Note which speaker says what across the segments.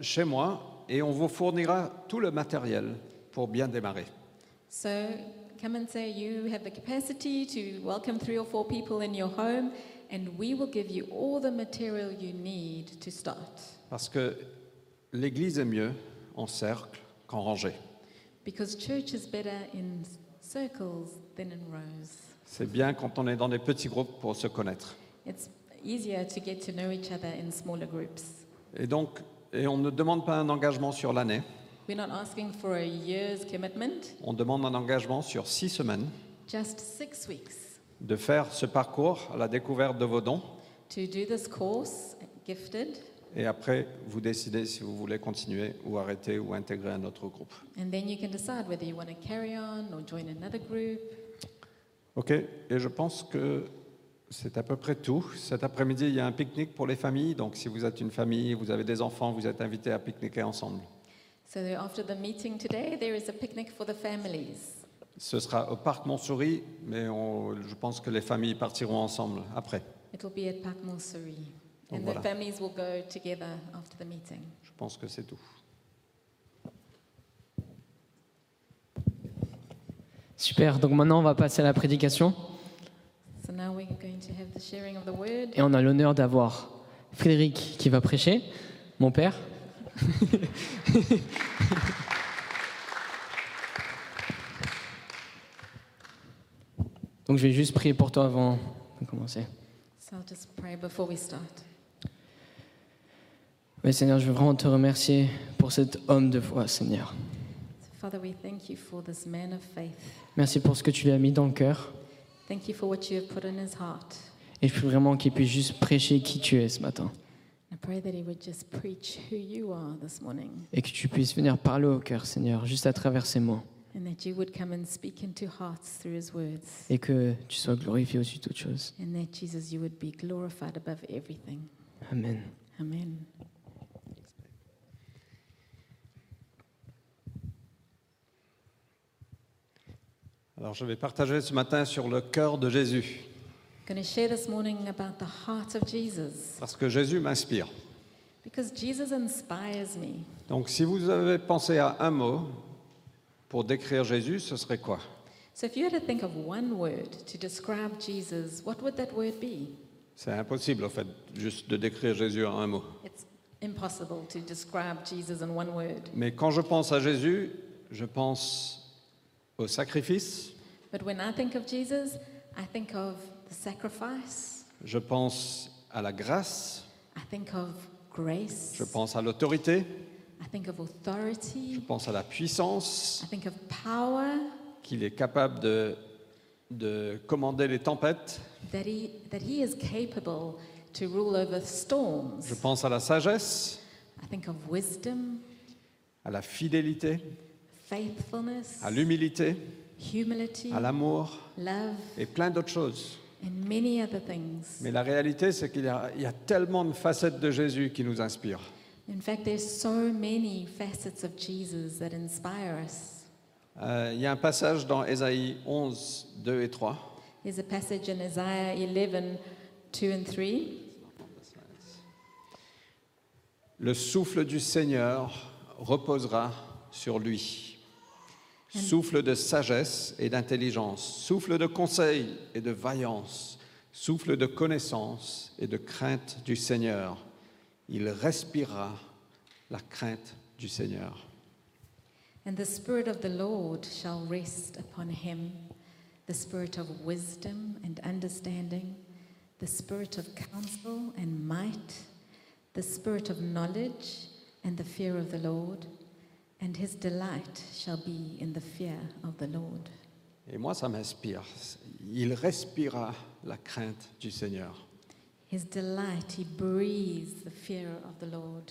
Speaker 1: chez moi et on vous fournira tout le matériel pour bien démarrer.
Speaker 2: So come and say you have the capacity to welcome three or four people in your home, and we will give you all the material you need to start.
Speaker 1: Parce que l'église est mieux en cercle qu'en rangée.
Speaker 2: Because church is better in circles than in rows.
Speaker 1: C'est bien quand on est dans des petits groupes pour se connaître.
Speaker 2: It's easier to get to know each other in smaller groups.
Speaker 1: Et donc, et on ne demande pas un engagement sur l'année,
Speaker 2: We're not asking for a year's commitment,
Speaker 1: on demande un engagement sur six semaines
Speaker 2: just six weeks
Speaker 1: de faire ce parcours à la découverte de vos dons
Speaker 2: to do this course, gifted,
Speaker 1: et après vous décidez si vous voulez continuer ou arrêter ou intégrer un autre groupe.
Speaker 2: and then you can decide whether you want to carry on or join another group.
Speaker 1: Ok, et je pense que c'est à peu près tout. Cet après-midi, il y a un pique-nique pour les familles, donc si vous êtes une famille, vous avez des enfants, vous êtes invités à pique-niquer ensemble.
Speaker 2: So after the meeting today, there is a picnic for the families.
Speaker 1: Ce sera au parc Montsouris, mais on- je pense que les familles partiront ensemble après.
Speaker 2: It'll be at Parc Montsouris.
Speaker 1: Oh,
Speaker 2: And the
Speaker 1: voilà.
Speaker 2: families will go together after the meeting.
Speaker 1: Je pense que c'est tout.
Speaker 3: Super, donc maintenant on va passer à la prédication
Speaker 2: So now we're going to have the sharing of the word.
Speaker 3: et on a l'honneur d'avoir Frédéric qui va prêcher, mon père. donc je vais juste prier pour toi avant de commencer.
Speaker 2: So I'll just pray before we start.
Speaker 3: Oui Seigneur, je veux vraiment te remercier pour cet homme de foi, Seigneur.
Speaker 2: So Father, we thank you for this man of faith.
Speaker 3: Merci pour ce que tu lui as mis dans le cœur
Speaker 2: Thank you for what you have put in his heart.
Speaker 3: et je prie vraiment qu'il puisse juste prêcher qui tu es ce matin
Speaker 2: I pray that he would just preach who you are this morning
Speaker 3: et que tu puisses venir parler au cœur, Seigneur, juste à travers ces mots.
Speaker 2: and that you would come and speak into hearts through his words.
Speaker 3: et que tu sois glorifié au-dessus de toute chose.
Speaker 2: And that, Jesus, you would be glorified above everything.
Speaker 3: Amen.
Speaker 2: Amen.
Speaker 1: Alors je vais partager ce matin sur le cœur de Jésus,
Speaker 2: I'm going to share this morning about the heart of Jesus
Speaker 1: parce que Jésus m'inspire.
Speaker 2: because Jesus inspires me.
Speaker 1: Donc si vous avez pensé à un mot pour décrire Jésus, ce serait quoi
Speaker 2: So, if you had to think of one word to describe Jesus, what would that word be?
Speaker 1: C'est impossible, en fait, juste de décrire Jésus en un mot.
Speaker 2: It's impossible to describe Jesus in one word.
Speaker 1: Mais quand je pense à Jésus, je pense au sacrifice,
Speaker 2: But when I think of Jesus, I think of the sacrifice,
Speaker 1: je pense à la grâce,
Speaker 2: I think of grace,
Speaker 1: je pense à l'autorité,
Speaker 2: I think of
Speaker 1: je
Speaker 2: authority,
Speaker 1: pense à la puissance,
Speaker 2: I think of power,
Speaker 1: qu'il est capable de, de commander les tempêtes,
Speaker 2: that he, that he is capable to rule over storms,
Speaker 1: je pense à la sagesse,
Speaker 2: I think of wisdom,
Speaker 1: à la fidélité,
Speaker 2: faithfulness,
Speaker 1: à l'humilité,
Speaker 2: humility,
Speaker 1: à l'amour
Speaker 2: love,
Speaker 1: et plein d'autres choses.
Speaker 2: and many other things.
Speaker 1: Mais la réalité, c'est qu'il y, a- il y a tellement de facettes de Jésus qui nous inspirent.
Speaker 2: In fact, there's so many facets of Jesus that inspire us.
Speaker 1: Euh, il y a un passage dans Ésaïe 11, 2 et 3.
Speaker 2: There's a passage in Isaiah 11, 2 and 3.
Speaker 1: Le souffle du Seigneur reposera sur lui. Souffle de sagesse et d'intelligence, souffle de conseil et de vaillance, souffle de connaissance et de crainte du Seigneur. Il respirera la crainte du Seigneur.
Speaker 2: And the Spirit of the Lord shall rest upon him the Spirit of wisdom and understanding, the Spirit of counsel and might, the Spirit of knowledge and the fear of the Lord. And his delight shall be in the fear of the Lord.
Speaker 1: Et moi, ça m'inspire. Il respirera la crainte du Seigneur.
Speaker 2: His delight, he breathes the fear of the Lord.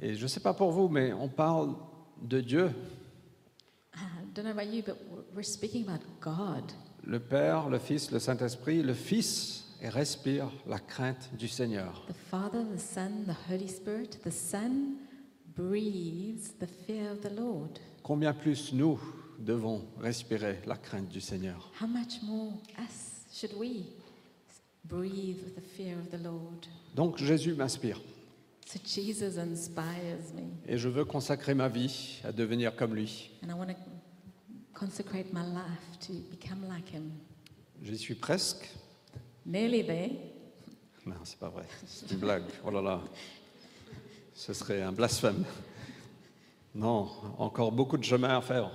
Speaker 1: Et je ne sais pas pour vous, mais on parle de Dieu,
Speaker 2: I Ah, don't know about you, but we're- we're speaking about God.
Speaker 1: le Père, le Fils, le Saint-Esprit. Le Fils respire la crainte du Seigneur.
Speaker 2: The Father, the Son, the Holy Spirit, the Son breathes the fear of the Lord.
Speaker 1: Combien plus nous devons respirer la crainte du Seigneur
Speaker 2: How much more us should we breathe with the fear of the Lord?
Speaker 1: Donc Jésus m'inspire.
Speaker 2: So Jesus inspires me,
Speaker 1: Et je veux consacrer ma vie à devenir comme lui.
Speaker 2: and I want to consecrate my life to become like him.
Speaker 1: J'y suis presque.
Speaker 2: Nearly there.
Speaker 1: Non, c'est pas vrai. C'est une blague. Oh là là. Ce serait un blasphème. Non, encore beaucoup de chemin à faire.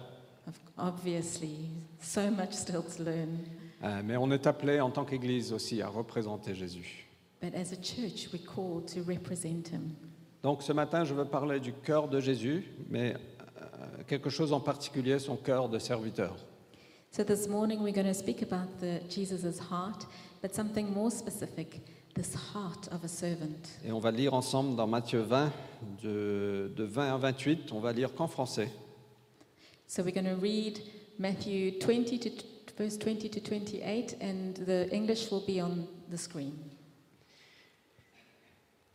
Speaker 2: Of- Obviously, so much still to learn.
Speaker 1: Euh, mais on est appelé en tant qu'Église aussi à représenter Jésus.
Speaker 2: But as a church, we're called to represent him.
Speaker 1: Donc ce matin, je veux parler du cœur de Jésus, mais euh, quelque chose en particulier, son cœur de serviteur.
Speaker 2: So this morning, we're going to speak about the Jesus' heart, but something more specific this heart of a servant.
Speaker 1: Et on va lire ensemble dans Matthieu 20, de, de 20 à 28, on va lire qu'en français.
Speaker 2: So we're going to read Matthew 20 to verse 20 to 28, and the English will be on the screen.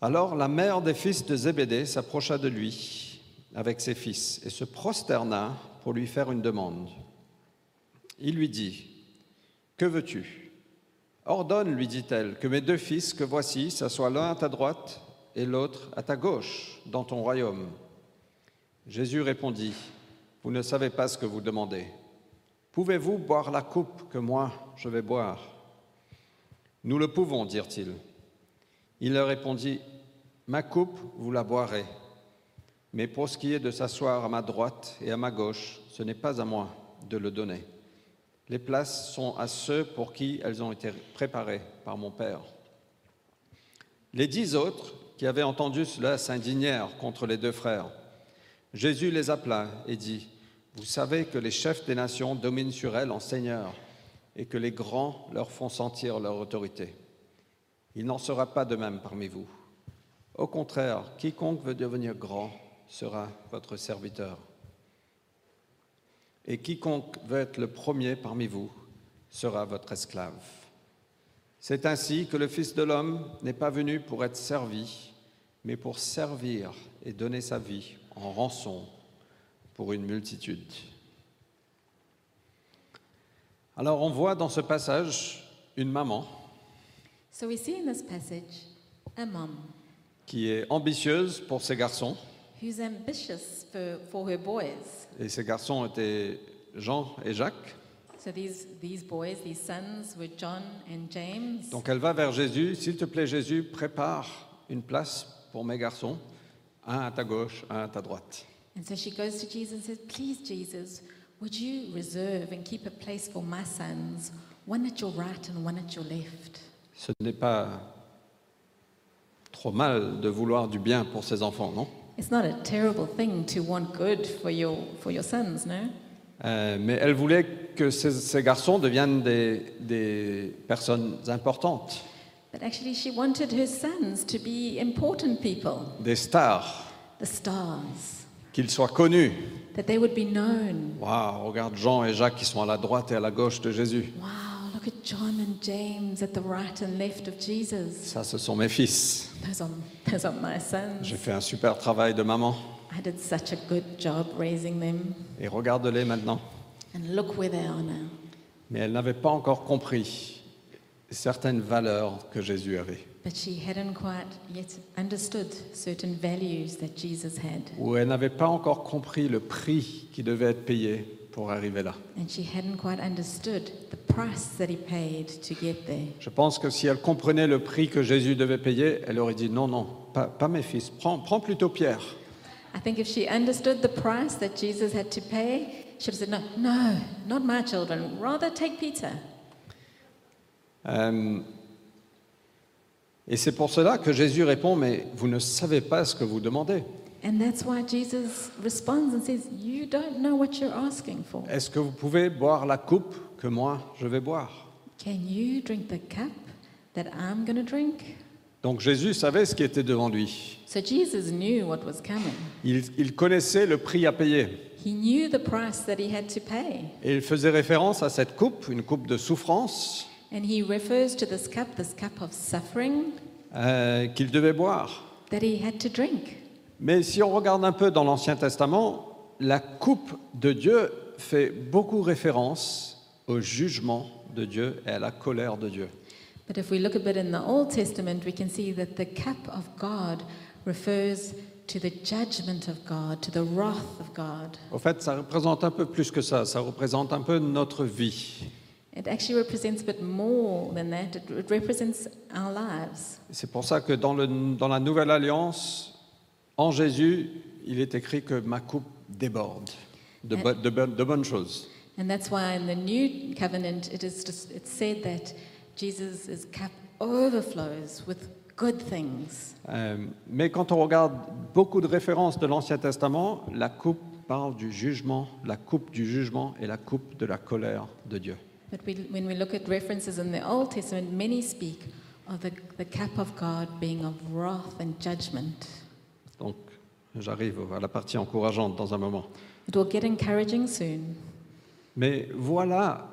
Speaker 1: Alors la mère des fils de Zébédée s'approcha de lui avec ses fils et se prosterna pour lui faire une demande. Il lui dit, Que veux-tu Ordonne, lui dit-elle, que mes deux fils que voici s'assoient l'un à ta droite et l'autre à ta gauche dans ton royaume. Jésus répondit, Vous ne savez pas ce que vous demandez. Pouvez-vous boire la coupe que moi je vais boire Nous le pouvons, dirent-ils. Il leur répondit, Ma coupe, vous la boirez. Mais pour ce qui est de s'asseoir à ma droite et à ma gauche, ce n'est pas à moi de le donner. Les places sont à ceux pour qui elles ont été préparées par mon Père. Les dix autres qui avaient entendu cela s'indignèrent contre les deux frères. Jésus les appela et dit, Vous savez que les chefs des nations dominent sur elles en seigneur et que les grands leur font sentir leur autorité. Il n'en sera pas de même parmi vous. Au contraire, quiconque veut devenir grand sera votre serviteur. Et quiconque veut être le premier parmi vous sera votre esclave. C'est ainsi que le Fils de l'homme n'est pas venu pour être servi, mais pour servir et donner sa vie en rançon pour une multitude. Alors on voit dans ce passage une maman
Speaker 2: So we see in this passage a mom
Speaker 1: qui est ambitieuse pour ses garçons.
Speaker 2: who's ambitious for, for her boys.
Speaker 1: Et ses garçons étaient Jean et Jacques.
Speaker 2: So these, these boys, these sons, were John and James.
Speaker 1: Donc elle va vers Jésus. S'il te plaît, Jésus, prépare une place pour mes garçons. Un à ta gauche, un à ta droite.
Speaker 2: And so she goes to Jesus and says, Please, Jesus, would you reserve and keep a place for my sons, one at your right and one at your left?
Speaker 1: Ce n'est pas trop mal de vouloir du bien pour ses enfants, non
Speaker 2: It's not a terrible thing to want good for your, for your sons, no?
Speaker 1: Euh, Mais elle voulait que ses, ses garçons deviennent des, des personnes importantes,
Speaker 2: But actually, she wanted her sons to be important people,
Speaker 1: des stars,
Speaker 2: the stars,
Speaker 1: qu'ils soient connus.
Speaker 2: that they would be known.
Speaker 1: Waouh, regarde Jean et Jacques qui sont à la droite et à la gauche de Jésus.
Speaker 2: Wow, look at John and James at the right and left of Jesus.
Speaker 1: Ça, ce sont mes fils.
Speaker 2: Those are, those are my sons.
Speaker 1: J'ai fait un super travail de maman
Speaker 2: I did such a good job raising them.
Speaker 1: et regarde-les maintenant.
Speaker 2: And look where they are now.
Speaker 1: Mais elle n'avait pas encore compris certaines valeurs que Jésus avait,
Speaker 2: But she hadn't quite yet understood certain values that Jesus had.
Speaker 1: ou elle n'avait pas encore compris le prix qui devait être payé pour arriver là.
Speaker 2: And she hadn't quite understood the price that he paid to get there.
Speaker 1: Je pense que si elle comprenait le prix que Jésus devait payer, elle aurait dit non, non, pas, pas mes fils, prends, prends plutôt Pierre.
Speaker 2: I think if she understood the price that Jesus had to pay, she would have said, No, no, not my children. Rather take Peter.
Speaker 1: Euh, et c'est pour cela que Jésus répond, mais vous ne savez pas ce que vous demandez.
Speaker 2: And that's why Jesus responds and says, You don't know what you're asking for.
Speaker 1: Est-ce que vous pouvez boire la coupe que moi je vais boire
Speaker 2: Can you drink the cup that I'm going to drink?
Speaker 1: Donc Jésus savait ce qui était devant lui.
Speaker 2: So Jesus knew what was coming.
Speaker 1: Il, il connaissait le prix à payer.
Speaker 2: He knew the price that he had to pay.
Speaker 1: Et il faisait référence à cette coupe, une coupe de souffrance,
Speaker 2: And he refers to this cup, this cup of suffering
Speaker 1: euh, qu'il devait boire.
Speaker 2: that he had to drink.
Speaker 1: Mais si on regarde un peu dans l'Ancien Testament, la coupe de Dieu fait beaucoup référence au jugement de Dieu et à la colère de Dieu.
Speaker 2: But if we look a bit in the Old Testament, we can see that the cup of God refers to the judgment of God, to the wrath of God.
Speaker 1: Au fait, ça représente un peu plus que ça. Ça représente un peu notre vie.
Speaker 2: It actually represents a bit more than that. It, it represents our lives.
Speaker 1: C'est pour ça que dans, le- dans la Nouvelle Alliance, en Jésus, il est écrit que ma coupe déborde de, bo- de bonnes- de bonnes choses.
Speaker 2: And that's why in the new covenant it is just, it's said that Jesus' cup overflows with good things.
Speaker 1: Euh, mais quand on regarde beaucoup de références de l'Ancien Testament, la coupe parle du jugement, la coupe du jugement et la coupe de la colère de Dieu.
Speaker 2: But we, when we look at references in the Old Testament, many speak of the, the cup of God being of wrath and judgment.
Speaker 1: Donc, j'arrive à la partie encourageante dans un moment.
Speaker 2: It will get encouraging soon.
Speaker 1: Mais voilà,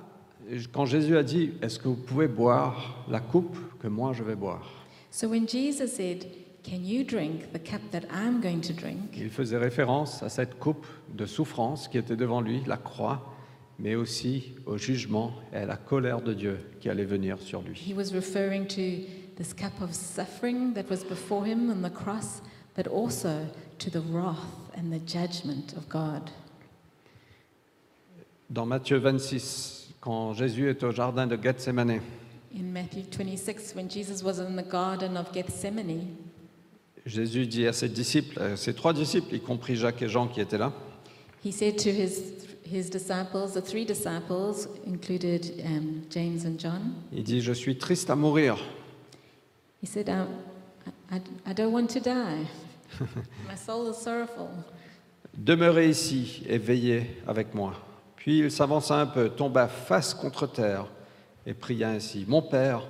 Speaker 1: quand Jésus a dit, est-ce que vous pouvez boire la coupe que moi je vais boire
Speaker 2: So when Jesus said, Can you drink the cup that I'm going to drink?
Speaker 1: Il faisait référence à cette coupe de souffrance qui était devant lui, la croix, mais aussi au jugement et à la colère de Dieu qui allait venir sur lui.
Speaker 2: He was referring to this cup of suffering that was before him on the cross, but also to the wrath and the judgment of God.
Speaker 1: Dans Matthieu 26, quand Jésus est au jardin de Gethsemane,
Speaker 2: In Matthew 26, when Jesus was in the Garden of Gethsemane,
Speaker 1: Jésus dit à ses disciples, à ses trois disciples, y compris Jacques et Jean qui étaient là,
Speaker 2: he said to his, his disciples, the three disciples, included um, James and John,
Speaker 1: il dit, je suis triste à mourir,
Speaker 2: he said, I, I, I don't want to die. My soul is sorrowful.
Speaker 1: Demeurez ici et veillez avec moi. Puis il s'avança un peu, tomba face contre terre et pria ainsi Mon Père,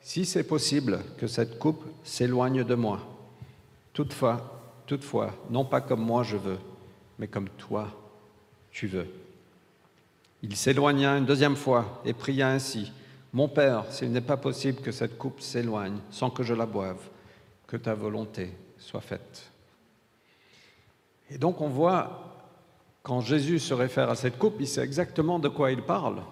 Speaker 1: si c'est possible que cette coupe s'éloigne de moi. Toutefois, toutefois, non pas comme moi je veux, mais comme toi tu veux. Il s'éloigna une deuxième fois et pria ainsi Mon Père, s'il n'est pas possible que cette coupe s'éloigne sans que je la boive, que ta volonté soit faite. Et donc on voit, quand Jésus se réfère à cette coupe, il sait exactement de quoi il parle.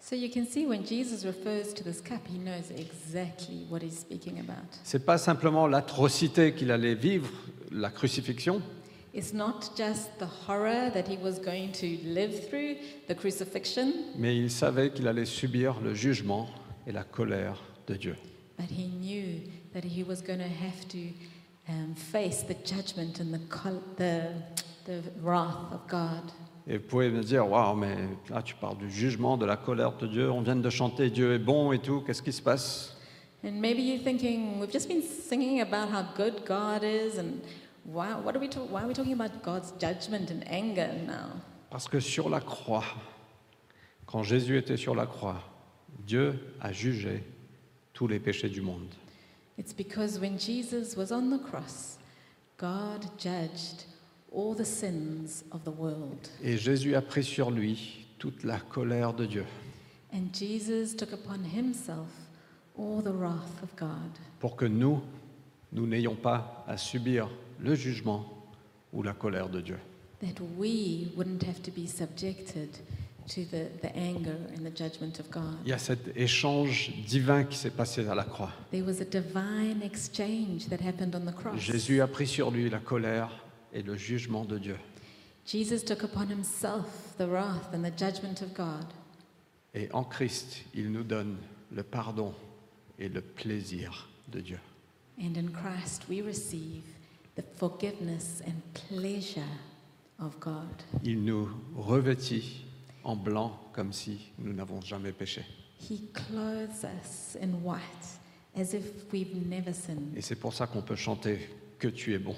Speaker 2: So you can see when Jesus refers to this cup, he knows exactly what he's speaking about.
Speaker 1: C'est pas simplement l'atrocité qu'il allait vivre, la crucifixion,
Speaker 2: It's not just the horror that he was going to live through, the crucifixion,
Speaker 1: mais il savait qu'il allait subir le jugement et la colère de Dieu.
Speaker 2: but he knew that he was going to have to um, face the judgment and the, col- the, the wrath of God.
Speaker 1: Et vous pouvez me dire, waouh, mais là tu parles du jugement, de la colère de Dieu, on vient de chanter Dieu est bon et tout, qu'est-ce qui se passe
Speaker 2: And maybe you're thinking, we've just been singing about how good God is, and why, what are we talk- why are we talking about God's judgment and anger now?
Speaker 1: Parce que sur la croix, quand Jésus était sur la croix, Dieu a jugé tous les péchés du monde.
Speaker 2: It's because when Jesus was on the cross, God judged all the sins of the world.
Speaker 1: Et Jésus a pris sur lui toute la colère de Dieu
Speaker 2: And Jesus took upon himself all the wrath of God
Speaker 1: pour que nous, nous n'ayons pas à subir le jugement ou la colère de Dieu.
Speaker 2: that we wouldn't have to be subjected to the, the anger and the judgment of God.
Speaker 1: Il y a cet échange divin qui s'est passé à la croix.
Speaker 2: There was a divine exchange that happened on the cross.
Speaker 1: Jésus a pris sur lui la colère et le jugement de Dieu.
Speaker 2: Jesus took upon himself the wrath and the judgment of God.
Speaker 1: Et en Christ, il nous donne le pardon et le plaisir de Dieu.
Speaker 2: And in Christ we receive the forgiveness and pleasure of God.
Speaker 1: Il nous revêtit en blanc comme si nous n'avons jamais péché.
Speaker 2: He clothes us in white as if we've never sinned.
Speaker 1: Et c'est pour ça qu'on peut chanter que tu es bon.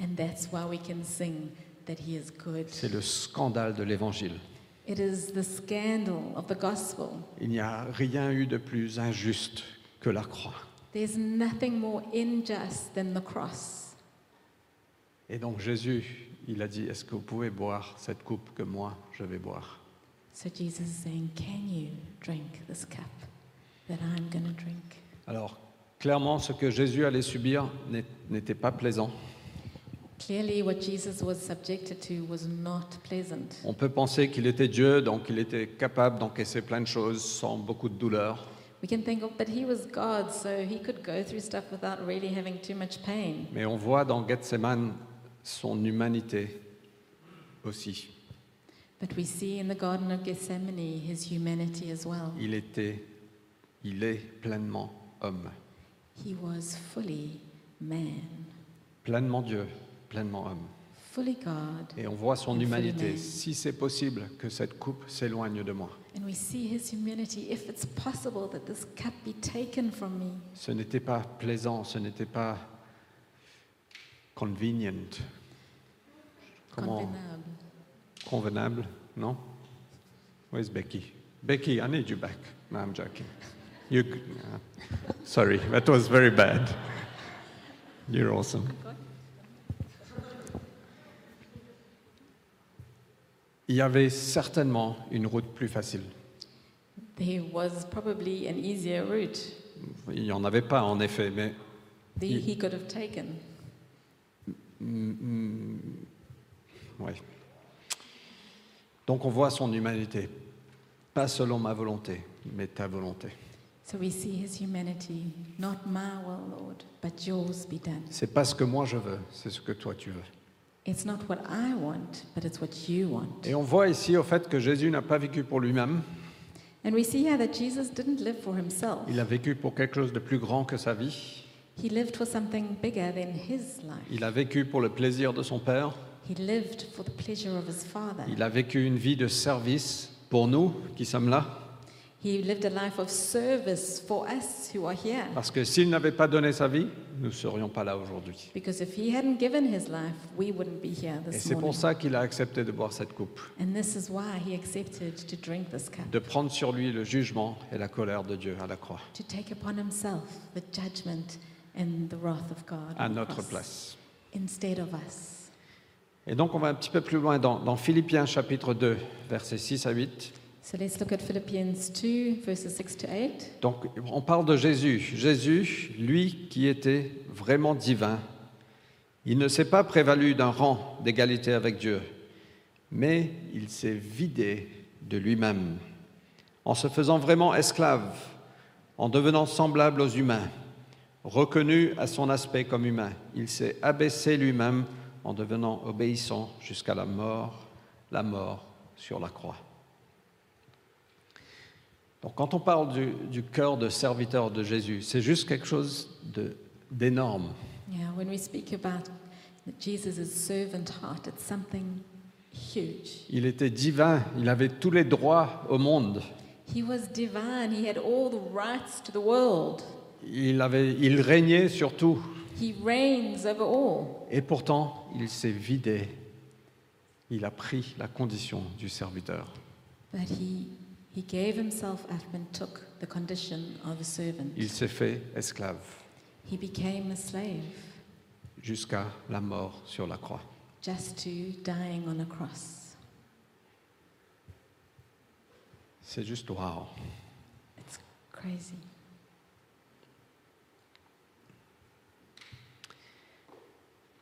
Speaker 2: And that's why we can sing that He is good.
Speaker 1: C'est le scandale de l'Évangile.
Speaker 2: It is the scandal of the gospel.
Speaker 1: Il n'y a rien eu de plus injuste que la croix.
Speaker 2: There's nothing more unjust than the cross.
Speaker 1: Et donc Jésus, il a dit, est-ce que vous pouvez boire cette coupe que moi, je vais boire
Speaker 2: So Jesus is saying, Can you drink this cup that I'm going to drink?
Speaker 1: Alors, clairement, ce que Jésus allait subir n'est- n'était pas plaisant.
Speaker 2: Clearly, what Jesus was subjected to was not pleasant.
Speaker 1: On peut penser qu'il était Dieu, donc il était capable d'encaisser plein de choses sans beaucoup de douleur.
Speaker 2: We can think of, but he was God, so he could go through stuff without really having too much pain.
Speaker 1: Mais on voit dans Gethsemane son humanité aussi.
Speaker 2: But we see in the Garden of Gethsemane his humanity as well.
Speaker 1: Il était, il est pleinement homme,
Speaker 2: He was fully man,
Speaker 1: pleinement Dieu, pleinement homme.
Speaker 2: fully God,
Speaker 1: Et on voit son humanité.
Speaker 2: Absolument.
Speaker 1: Si c'est possible que cette coupe s'éloigne de moi.
Speaker 2: and we see his humanity. If it's possible that this cup be taken from me,
Speaker 1: Ce n'était pas plaisant, ce n'était pas convenient. Comment
Speaker 2: convenable.
Speaker 1: convenable, non Where's Becky? Becky, I need you back. No, I'm joking. You, uh, sorry, that was very bad. You're awesome. Il y avait certainement une route plus facile.
Speaker 2: There was probably an easier route
Speaker 1: Il n'y en avait pas, en effet, mais
Speaker 2: that
Speaker 1: Ye-
Speaker 2: he could have taken.
Speaker 1: Mm, mm, ouais. Donc on voit son humanité. Pas selon ma volonté, mais ta volonté.
Speaker 2: So we see his humanity. Not my will, Lord, but yours be done.
Speaker 1: C'est pas ce que moi je veux, c'est ce que toi tu veux.
Speaker 2: It's not what I want, but it's what you want.
Speaker 1: Et on voit ici au fait que Jésus n'a pas vécu pour lui-même,
Speaker 2: And we see here that Jesus didn't live for himself.
Speaker 1: il a vécu pour quelque chose de plus grand que sa vie.
Speaker 2: He lived for something bigger than his life.
Speaker 1: Il a vécu pour le plaisir de son Père,
Speaker 2: He lived for the pleasure of his Father.
Speaker 1: il a vécu une vie de service pour nous qui sommes là.
Speaker 2: He lived a life of service for us who are here.
Speaker 1: Parce que s'il n'avait pas donné sa vie, nous ne serions pas là aujourd'hui.
Speaker 2: Because if he hadn't given his life, we wouldn't be here
Speaker 1: Et
Speaker 2: this
Speaker 1: c'est pour
Speaker 2: morning.
Speaker 1: ça qu'il a accepté de boire cette coupe.
Speaker 2: And this is why he accepted to drink this cup,
Speaker 1: de prendre sur lui le jugement et la colère de Dieu à la croix,
Speaker 2: to take upon himself the judgment and the wrath of God
Speaker 1: à
Speaker 2: on the
Speaker 1: notre
Speaker 2: cross
Speaker 1: place.
Speaker 2: instead of us.
Speaker 1: Et donc on va un petit peu plus loin dans, dans Philippiens chapitre 2, versets 6 à 8.
Speaker 2: So let's look at Philippians 2, verses 6 to 8.
Speaker 1: Donc on parle de Jésus. Jésus, lui qui était vraiment divin, il ne s'est pas prévalu d'un rang d'égalité avec Dieu, mais il s'est vidé de lui-même en se faisant vraiment esclave, en devenant semblable aux humains. Reconnu à son aspect comme humain, il s'est abaissé lui-même en devenant obéissant jusqu'à la mort, la mort sur la croix. Donc, quand on parle du, du cœur de serviteur de Jésus, c'est juste quelque chose de- d'énorme.
Speaker 2: Yeah, when we speak about Jesus' servant heart, it's something huge.
Speaker 1: Il était divin, il avait tous les droits au monde.
Speaker 2: He was divine. He had all the rights to the world.
Speaker 1: Il, avait, il régnait sur tout.
Speaker 2: He reigns over all.
Speaker 1: Et pourtant, il s'est vidé. Il a pris la condition du serviteur.
Speaker 2: But he, he gave himself up and took the condition of a servant.
Speaker 1: Il s'est fait esclave
Speaker 2: He became a slave
Speaker 1: jusqu'à la mort sur la croix.
Speaker 2: just to dying on a cross.
Speaker 1: C'est juste wow.
Speaker 2: It's crazy.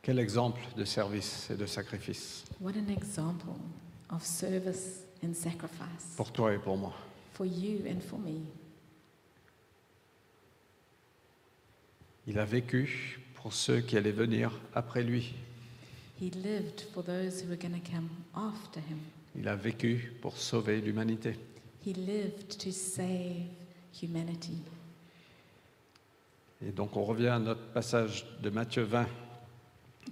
Speaker 1: Quel exemple de service et de sacrifice
Speaker 2: What an example of service and sacrifice
Speaker 1: pour toi et pour moi.
Speaker 2: for you and for me.
Speaker 1: Il a vécu pour ceux qui allaient venir après lui.
Speaker 2: He lived for those who were going to come after him.
Speaker 1: Il a vécu pour sauver l'humanité.
Speaker 2: He lived to save humanity.
Speaker 1: Et donc on revient à notre passage de Matthieu 20.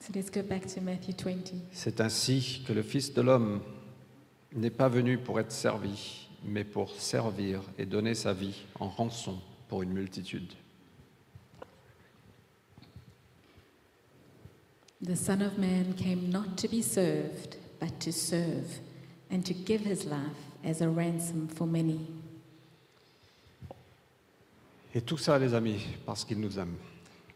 Speaker 2: So let's go back to Matthew 20.
Speaker 1: C'est ainsi que le Fils de l'homme n'est pas venu pour être servi, mais pour servir et donner sa vie en rançon pour une multitude.
Speaker 2: The Son of Man came not to be served, but to serve, and to give his life as a ransom for many.
Speaker 1: Et tout ça, les amis, parce qu'il nous aime.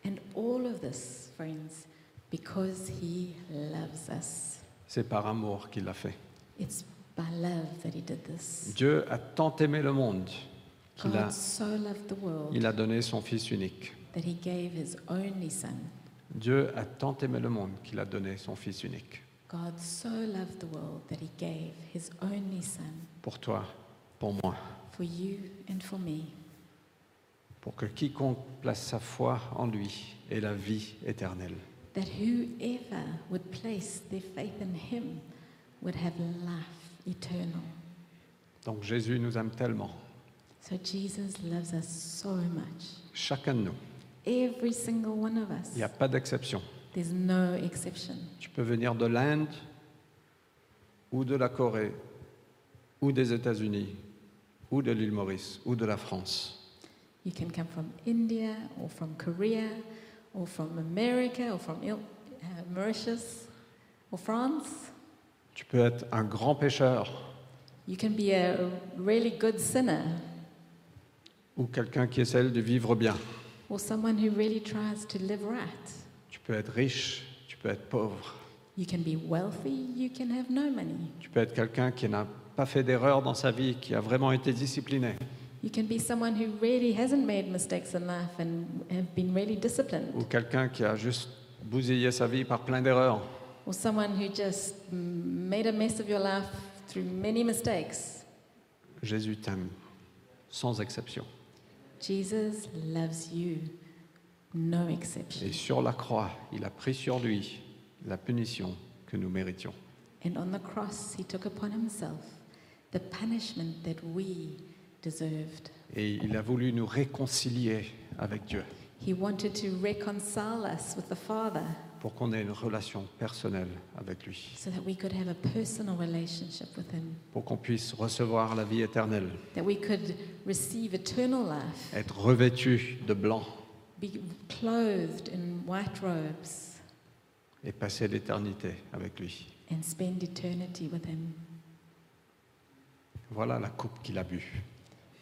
Speaker 2: And all of this, friends, because he loves us.
Speaker 1: C'est par amour qu'il l'a fait.
Speaker 2: It's by love that he did this.
Speaker 1: Dieu a tant aimé le monde qu'il a,
Speaker 2: God so loved the world
Speaker 1: il a donné son Fils unique.
Speaker 2: that he gave his only Son.
Speaker 1: Dieu a tant aimé le monde qu'il a donné son Fils unique.
Speaker 2: God so loved the world that he gave his only Son
Speaker 1: Pour toi, pour moi.
Speaker 2: for you and for me.
Speaker 1: pour que quiconque place sa foi en lui ait la vie éternelle.
Speaker 2: that whoever would place their faith in him would have life eternal.
Speaker 1: Donc Jésus nous aime tellement,
Speaker 2: So Jesus loves us so much.
Speaker 1: chacun de nous.
Speaker 2: Every single one of us.
Speaker 1: Il n'y a pas d'exception.
Speaker 2: There's no exception.
Speaker 1: Tu peux venir de l'Inde ou de la Corée ou des États-Unis ou de l'île Maurice ou de la France.
Speaker 2: You can come from India or from Korea or from America or from Il- uh, Mauritius or France.
Speaker 1: Tu peux être un grand pécheur
Speaker 2: You can be a really good sinner
Speaker 1: ou quelqu'un qui essaie de vivre bien.
Speaker 2: or someone who really tries to live right.
Speaker 1: Tu peux être riche, tu peux être pauvre.
Speaker 2: You can be wealthy, you can have no money.
Speaker 1: Tu peux être quelqu'un qui n'a pas fait d'erreur dans sa vie, qui a vraiment été discipliné.
Speaker 2: You can be someone who really hasn't made mistakes in life and have been really
Speaker 1: ou
Speaker 2: disciplined,
Speaker 1: quelqu'un qui a juste bousillé sa vie par plein d'erreurs.
Speaker 2: or someone who just mm, made a mess of your life through many mistakes.
Speaker 1: Jésus t'aime, sans exception.
Speaker 2: Jesus loves you, no exception.
Speaker 1: Et sur la croix, il a pris sur lui la punition que nous méritions.
Speaker 2: And on the cross, he took upon himself the punishment that we deserved.
Speaker 1: Et il a voulu nous réconcilier avec Dieu
Speaker 2: He wanted to reconcile us with the Father
Speaker 1: pour qu'on ait une relation personnelle avec lui,
Speaker 2: so that we could have a personal relationship with him,
Speaker 1: pour qu'on puisse recevoir la vie éternelle,
Speaker 2: that we could receive eternal life.
Speaker 1: être revêtu de blanc
Speaker 2: be clothed in white robes
Speaker 1: et passer l'éternité avec lui.
Speaker 2: and spend eternity with him.
Speaker 1: Voilà la coupe qu'il a bu.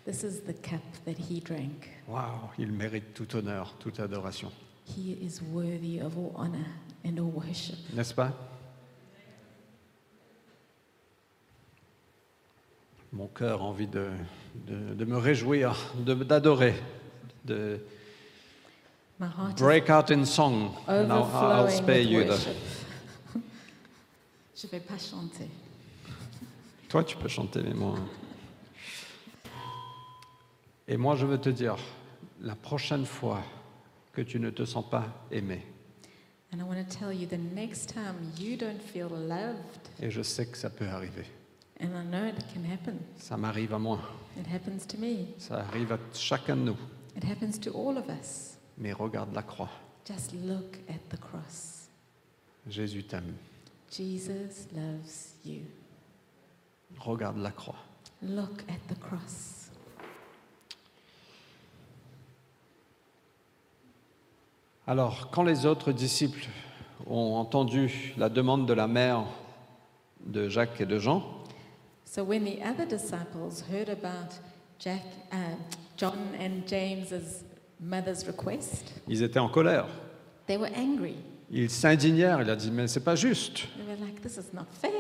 Speaker 2: This is the cup that he drank.
Speaker 1: Waouh, il mérite tout honneur, toute adoration.
Speaker 2: He is worthy of all honor and all worship.
Speaker 1: N'est-ce pas Mon cœur a envie de, de- de me réjouir, de- d'adorer, de
Speaker 2: My heart
Speaker 1: break out in song.
Speaker 2: is
Speaker 1: and I'll, I'll
Speaker 2: Oh, overflowing
Speaker 1: spare you
Speaker 2: with
Speaker 1: the-
Speaker 2: worship. Je vais pas chanter.
Speaker 1: Toi, tu peux chanter, mais moi. Et moi, je veux te dire, la prochaine fois que tu ne te sens pas aimé,
Speaker 2: And I want to tell you the next time you don't feel loved,
Speaker 1: et je sais que ça peut arriver,
Speaker 2: and I know it can happen,
Speaker 1: ça m'arrive à moi,
Speaker 2: it happens to me,
Speaker 1: ça arrive à chacun de nous,
Speaker 2: it happens to all of us.
Speaker 1: mais regarde la croix.
Speaker 2: Just look at the cross.
Speaker 1: Jésus t'aime.
Speaker 2: Jesus loves you.
Speaker 1: Regarde la croix.
Speaker 2: Look at the cross.
Speaker 1: Alors, quand les autres disciples ont entendu la demande de la mère de Jacques et de Jean,
Speaker 2: So when the other disciples heard about Jack, uh, John and James's mother's request,
Speaker 1: ils étaient en colère.
Speaker 2: they were angry.
Speaker 1: Ils s'indignèrent. Il a dit Mais c'est pas juste.
Speaker 2: They were like, "This is not fair.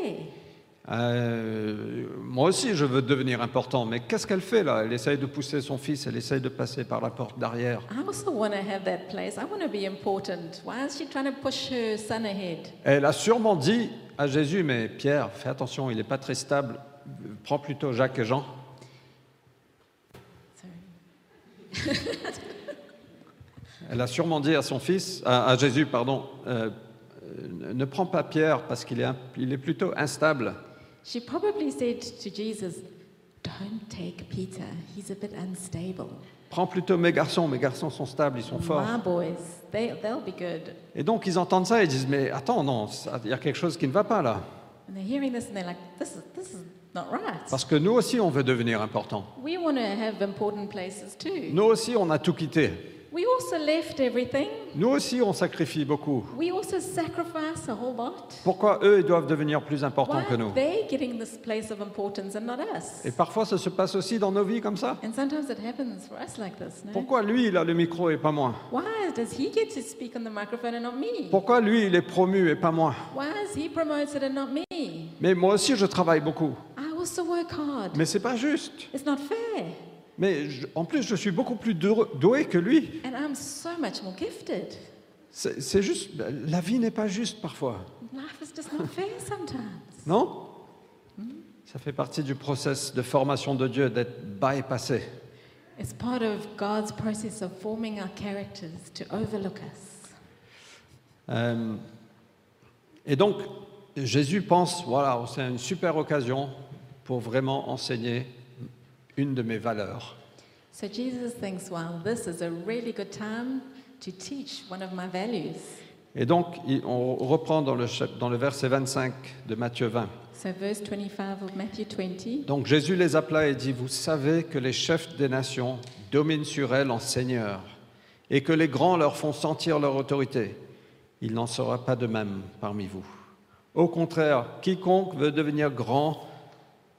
Speaker 1: Euh, moi aussi, je veux devenir important. Mais qu'est-ce qu'elle fait là Elle essaye de pousser son fils. Elle essaye de passer par la porte d'arrière.
Speaker 2: I also want to have that place. I want to be important. Why is she trying to push her son ahead?"
Speaker 1: Elle a sûrement dit à Jésus Mais Pierre, fais attention, il n'est pas très stable. Prends plutôt Jacques et Jean.
Speaker 2: Sorry.
Speaker 1: Elle a sûrement dit à son fils, à, à Jésus, pardon, euh, euh, ne prends pas Pierre parce qu'il est, un- il est plutôt instable.
Speaker 2: She probably said to Jesus, "Don't take Peter. He's a bit unstable.
Speaker 1: Prends plutôt mes garçons, mes garçons sont stables, ils sont forts.
Speaker 2: My boys, they they'll be good."
Speaker 1: Et donc ils entendent ça et disent, mais attends, non, ça- il y a quelque chose qui ne va pas là.
Speaker 2: And they're hearing this and they're like, "This is this is not right."
Speaker 1: Parce que nous aussi, on veut devenir important.
Speaker 2: We want to have important places too.
Speaker 1: Nous aussi, on a tout quitté.
Speaker 2: We also left everything.
Speaker 1: Nous aussi, on sacrifie beaucoup.
Speaker 2: We also sacrificed a whole lot.
Speaker 1: Pourquoi eux, ils doivent devenir plus importants
Speaker 2: Why
Speaker 1: que
Speaker 2: are
Speaker 1: nous
Speaker 2: they getting this place of importance and not us?
Speaker 1: Et parfois, ça se passe aussi dans nos vies comme ça.
Speaker 2: And sometimes it happens for us like this, no?
Speaker 1: Pourquoi lui, il a le micro et pas moi
Speaker 2: Why does he get to speak on the microphone and not me?
Speaker 1: Pourquoi lui, il est promu et pas moi
Speaker 2: Why is he promoted and not me?
Speaker 1: Mais moi aussi, je travaille beaucoup.
Speaker 2: I also work hard.
Speaker 1: Mais c'est pas juste.
Speaker 2: It's not fair.
Speaker 1: Mais je- en plus, je suis beaucoup plus dou- doué que lui.
Speaker 2: And I'm so much more gifted.
Speaker 1: C'est c'est juste, ben, la vie n'est pas juste parfois,
Speaker 2: Life is just not fair sometimes.
Speaker 1: non Ça fait partie du process de formation de Dieu d'être bypassé.
Speaker 2: It's part of God's process of forming our characters to overlook us.
Speaker 1: Euh, et donc, Jésus pense, voilà, c'est une super occasion pour vraiment enseigner une de mes valeurs.
Speaker 2: So Jesus thinks, wow, this is a really good time to teach one of my values.
Speaker 1: Et donc, il- on reprend dans le, chap- dans le verset 25 de Matthieu 20.
Speaker 2: So, verse 25 of Matthew 20
Speaker 1: Donc Jésus les appela et dit, vous savez que les chefs des nations dominent sur elles en seigneur, et que les grands leur font sentir leur autorité. Il n'en sera pas de même parmi vous. Au contraire, quiconque veut devenir grand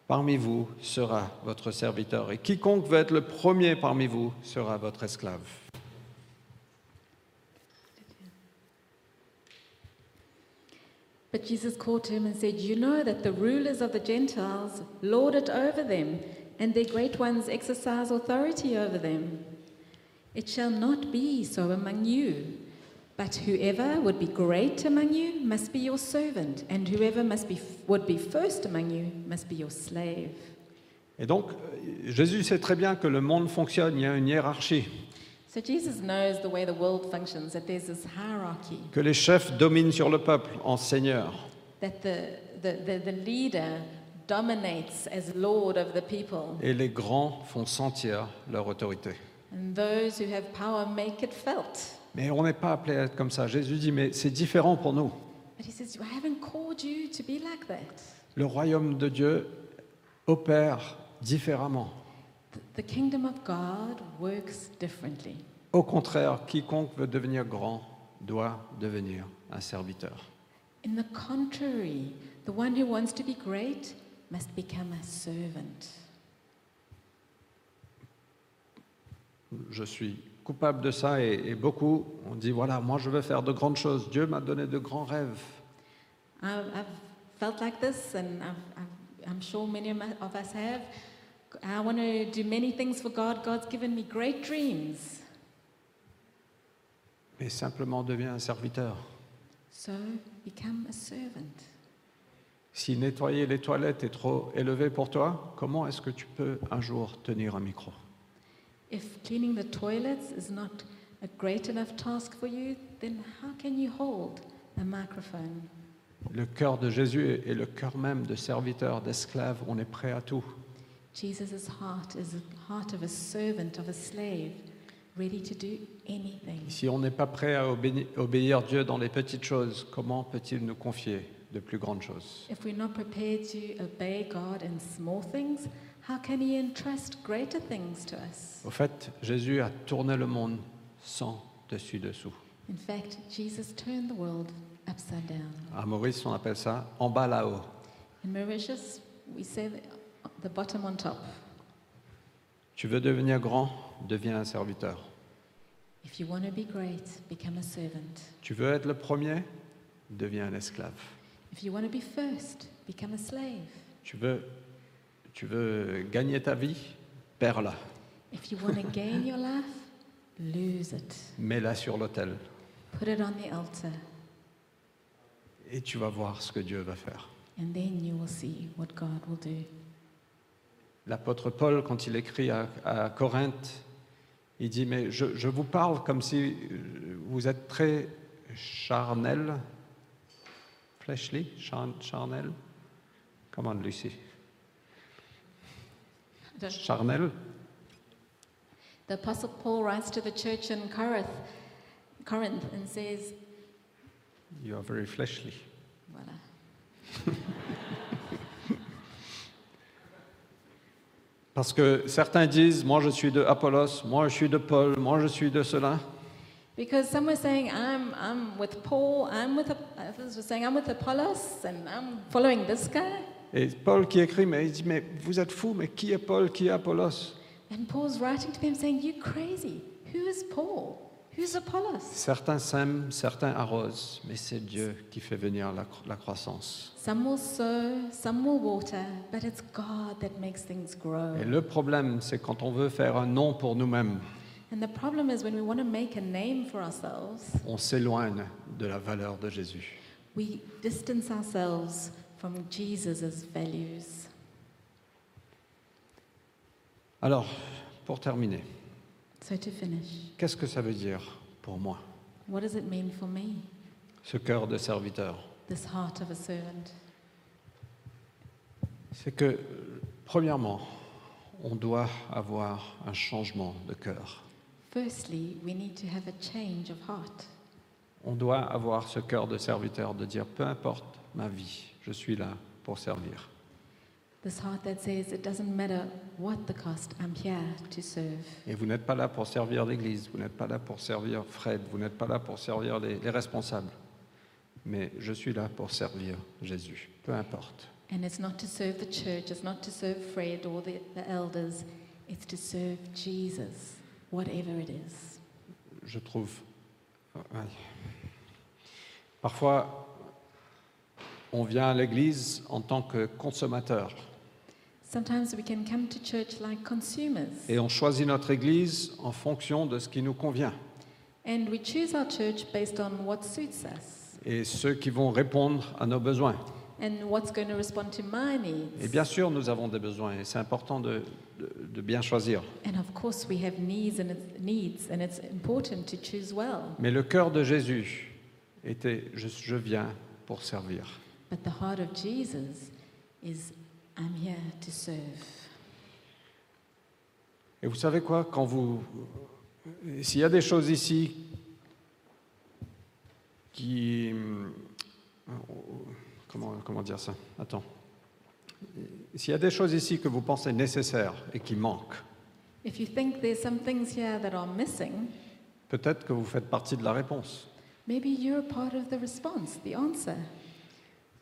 Speaker 1: parmi vous sera votre serviteur, et quiconque veut être le premier parmi vous sera votre esclave.
Speaker 2: But Jesus called to him and said, You know that the rulers of the Gentiles lord it over them, and their great ones exercise authority over them. It shall not be so among you. But whoever would be great among you must be your servant, and whoever must be, would be first among you must be your slave.
Speaker 1: Et donc, euh, Jésus sait très bien que le monde fonctionne, il y a une hiérarchie,
Speaker 2: So Jesus knows the way the world functions, that there's this hierarchy,
Speaker 1: que les chefs dominent sur le peuple en seigneur.
Speaker 2: that the, the, the, the leader dominates as lord of the people,
Speaker 1: et les grands font sentir leur autorité.
Speaker 2: and those who have power make it felt.
Speaker 1: Mais on n'est pas appelé à être comme ça. Jésus dit, mais c'est différent pour nous.
Speaker 2: But he says, I haven't called you to be like that.
Speaker 1: Le royaume de Dieu opère différemment.
Speaker 2: The, the kingdom of God works differently.
Speaker 1: Au contraire, quiconque veut devenir grand doit devenir un serviteur.
Speaker 2: In the contrary, the one who wants to be great must become a servant.
Speaker 1: Je suis coupable de ça et, et beaucoup, on dit, voilà, moi je veux faire de grandes choses. Dieu m'a donné de grands rêves.
Speaker 2: I, I've felt like this, and I've, I've, I'm sure many of my- of us have. I want to do many things for God. God's given me great dreams.
Speaker 1: Mais simplement deviens un serviteur.
Speaker 2: So become a servant.
Speaker 1: Si nettoyer les toilettes est trop élevé pour toi, comment est-ce que tu peux un jour tenir un micro
Speaker 2: If cleaning the toilets is not a great enough task for you, then how can you hold a microphone?
Speaker 1: Le cœur de Jésus est le cœur même de serviteur, d'esclave. On est prêt à tout.
Speaker 2: Jesus' heart is the heart of a servant, of a slave, ready to do anything.
Speaker 1: Si on n'est pas prêt à obéi- obéir Dieu dans les petites choses, comment peut-il nous confier de plus grandes choses
Speaker 2: If we're not prepared to obey God in small things, how can He entrust greater things to us?
Speaker 1: Au fait, Jésus a tourné le monde sans dessus-dessous.
Speaker 2: In fact, Jesus turned the world upside down.
Speaker 1: À Maurice, on appelle ça en bas là-haut.
Speaker 2: In Mauritius, we say the, the bottom on top.
Speaker 1: Tu veux devenir grand, deviens un serviteur.
Speaker 2: If you want to be great, become a servant.
Speaker 1: Tu veux être le premier, deviens un esclave.
Speaker 2: If you want to be first, become a slave.
Speaker 1: Tu veux, tu veux gagner ta vie, perds-la,
Speaker 2: If you want to gain your life, lose it.
Speaker 1: mets-la sur l'autel
Speaker 2: Put it on the altar,
Speaker 1: et tu vas voir ce que Dieu va faire.
Speaker 2: and then you will see what God will do.
Speaker 1: L'apôtre Paul, quand il écrit à, à Corinthe, il dit, mais je, je vous parle comme si euh, vous êtes très charnel, fleshly, charn- charnel, comment Lucie Charnel
Speaker 2: The Apostle Paul writes to the church in Corinth, Corinth and says,
Speaker 1: You are very fleshly.
Speaker 2: voila.
Speaker 1: Parce que certains disent, moi je suis de Apollos, moi je suis de Paul, moi je suis de cela.
Speaker 2: Because some were saying, I'm, I'm with Paul, I'm with, Ap- others were saying, I'm with Apollos, and I'm following this guy.
Speaker 1: Et Paul qui écrit, mais il dit, mais vous êtes fous, mais qui est Paul, qui est Apollos
Speaker 2: And Paul's writing to them saying, You crazy. Who is Paul? Who's Apollos?
Speaker 1: Certains sèment, certains arrosent, mais c'est Dieu qui fait venir la, cro- la croissance.
Speaker 2: Some will sow, some will water, but it's God that makes things grow.
Speaker 1: Et le problème, c'est quand on veut faire un nom pour nous-mêmes,
Speaker 2: And the problem is when we want to make a name for ourselves,
Speaker 1: on s'éloigne de la valeur de Jésus.
Speaker 2: we distance ourselves from Jesus' values.
Speaker 1: Alors, Pour terminer,
Speaker 2: So, to finish,
Speaker 1: qu'est-ce que ça veut dire pour moi,
Speaker 2: what does it mean for me,
Speaker 1: ce cœur de serviteur
Speaker 2: this heart of a servant?
Speaker 1: C'est que, euh, premièrement, on doit avoir un changement de cœur.
Speaker 2: Firstly, we need to have a change of heart.
Speaker 1: On doit avoir ce cœur de serviteur, de dire, peu importe ma vie, je suis là pour servir.
Speaker 2: This heart that says, it doesn't matter what the cost, I'm here to serve.
Speaker 1: Et vous n'êtes pas là pour servir l'Église, vous n'êtes pas là pour servir Fred, vous n'êtes pas là pour servir les, les responsables. Mais je suis là pour servir Jésus, peu importe.
Speaker 2: And it's not to serve the church, it's not to serve Fred or the, the elders, it's to serve Jesus, whatever it is.
Speaker 1: Je trouve... ouais. Parfois, on vient à l'Église en tant que consommateur.
Speaker 2: Sometimes we can come to church like consumers,
Speaker 1: Et on choisit notre Église en fonction de ce qui nous convient.
Speaker 2: and we choose our church based on what suits us
Speaker 1: Et ceux qui vont répondre à nos besoins.
Speaker 2: and what's going to respond to my
Speaker 1: Et
Speaker 2: needs.
Speaker 1: Eh bien sûr, nous avons des besoins et c'est important de, de- de bien choisir.
Speaker 2: And of course, we have needs and it's needs, and it's important to choose well.
Speaker 1: Mais le cœur de Jésus était je, je viens pour servir.
Speaker 2: But the heart of Jesus is, I'm here to serve.
Speaker 1: Et vous savez quoi Quand vous. S'il y a des choses ici qui. Comment, comment dire ça Attends. S'il y a des choses ici que vous pensez nécessaires et qui manquent,
Speaker 2: If you think there's some things here that are missing,
Speaker 1: peut-être que vous faites partie de la réponse.
Speaker 2: maybe you're part of the response, the answer.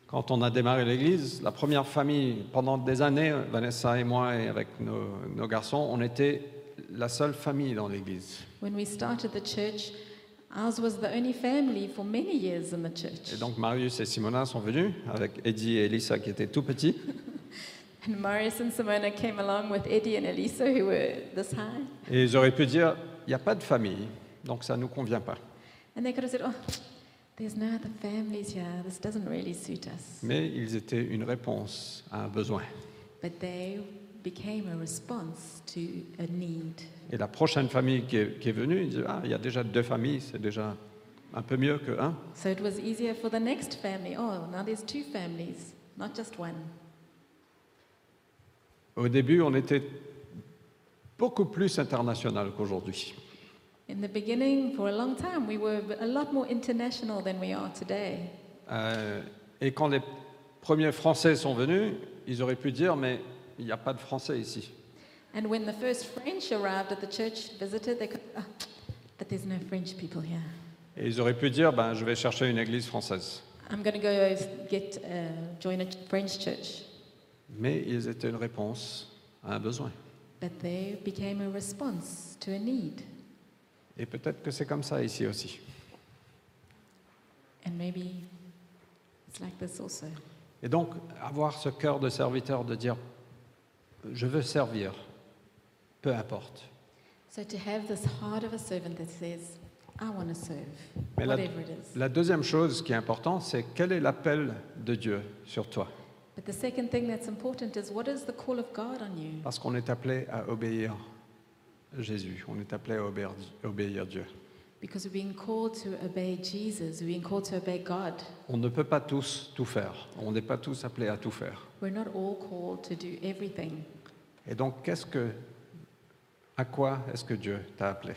Speaker 1: Quand on a démarré l'Église, la première famille, pendant des années, Vanessa et moi et avec nos, nos garçons, on était la seule famille dans l'Église.
Speaker 2: When we started the church, ours was the only family for many years in the church.
Speaker 1: Et donc Marius et Simona sont venus avec Eddie et Elisa qui étaient tout petits.
Speaker 2: And Marius and Simona came along with Eddie and Elisa, who were this high.
Speaker 1: Et ils auraient pu dire, il n'y a pas de famille, donc ça ne nous convient pas.
Speaker 2: And they could have said, Oh, there's no other families here. This doesn't really suit us.
Speaker 1: Mais ils étaient une réponse à un besoin.
Speaker 2: But they became a response to a need.
Speaker 1: Et la prochaine famille qui est, qui est venue, ils disaient, ah, il y a déjà deux familles, c'est déjà un peu mieux que un.
Speaker 2: So it was easier for the next family. Oh, now there's two families, not just one.
Speaker 1: Au début, on était beaucoup plus international qu'aujourd'hui.
Speaker 2: In the beginning, for a long time, we were a lot more international than we are today.
Speaker 1: Euh, et quand les premiers Français sont venus, ils auraient pu dire, mais il n'y a pas de Français ici.
Speaker 2: And when the first French arrived at the church, visited, they could, oh, but there's no French people here.
Speaker 1: Et ils auraient pu dire, ben, je vais chercher une église française.
Speaker 2: I'm going to go get uh, join a French church.
Speaker 1: Mais ils étaient une réponse à un besoin.
Speaker 2: But they became a response to a need.
Speaker 1: Et peut-être que c'est comme ça ici aussi.
Speaker 2: And maybe it's like this also.
Speaker 1: Et donc, avoir ce cœur de serviteur, de dire, je veux servir, peu importe.
Speaker 2: So to have this heart of a servant that says, I want to serve,
Speaker 1: Mais la-
Speaker 2: whatever it is.
Speaker 1: La deuxième chose qui est importante, c'est quel est l'appel de Dieu sur toi
Speaker 2: But the second thing that's important is what is the call of God on you?
Speaker 1: Parce qu'on est appelé à obéir Jésus, on est appelé à obéir, obéir Dieu.
Speaker 2: Because we're being called to obey Jesus, we're being called to obey God.
Speaker 1: On ne peut pas tous tout faire, on n'est pas tous appelés à tout faire.
Speaker 2: We're not all called to do everything.
Speaker 1: Et donc, qu'est-ce que, à quoi est-ce que Dieu t'a appelé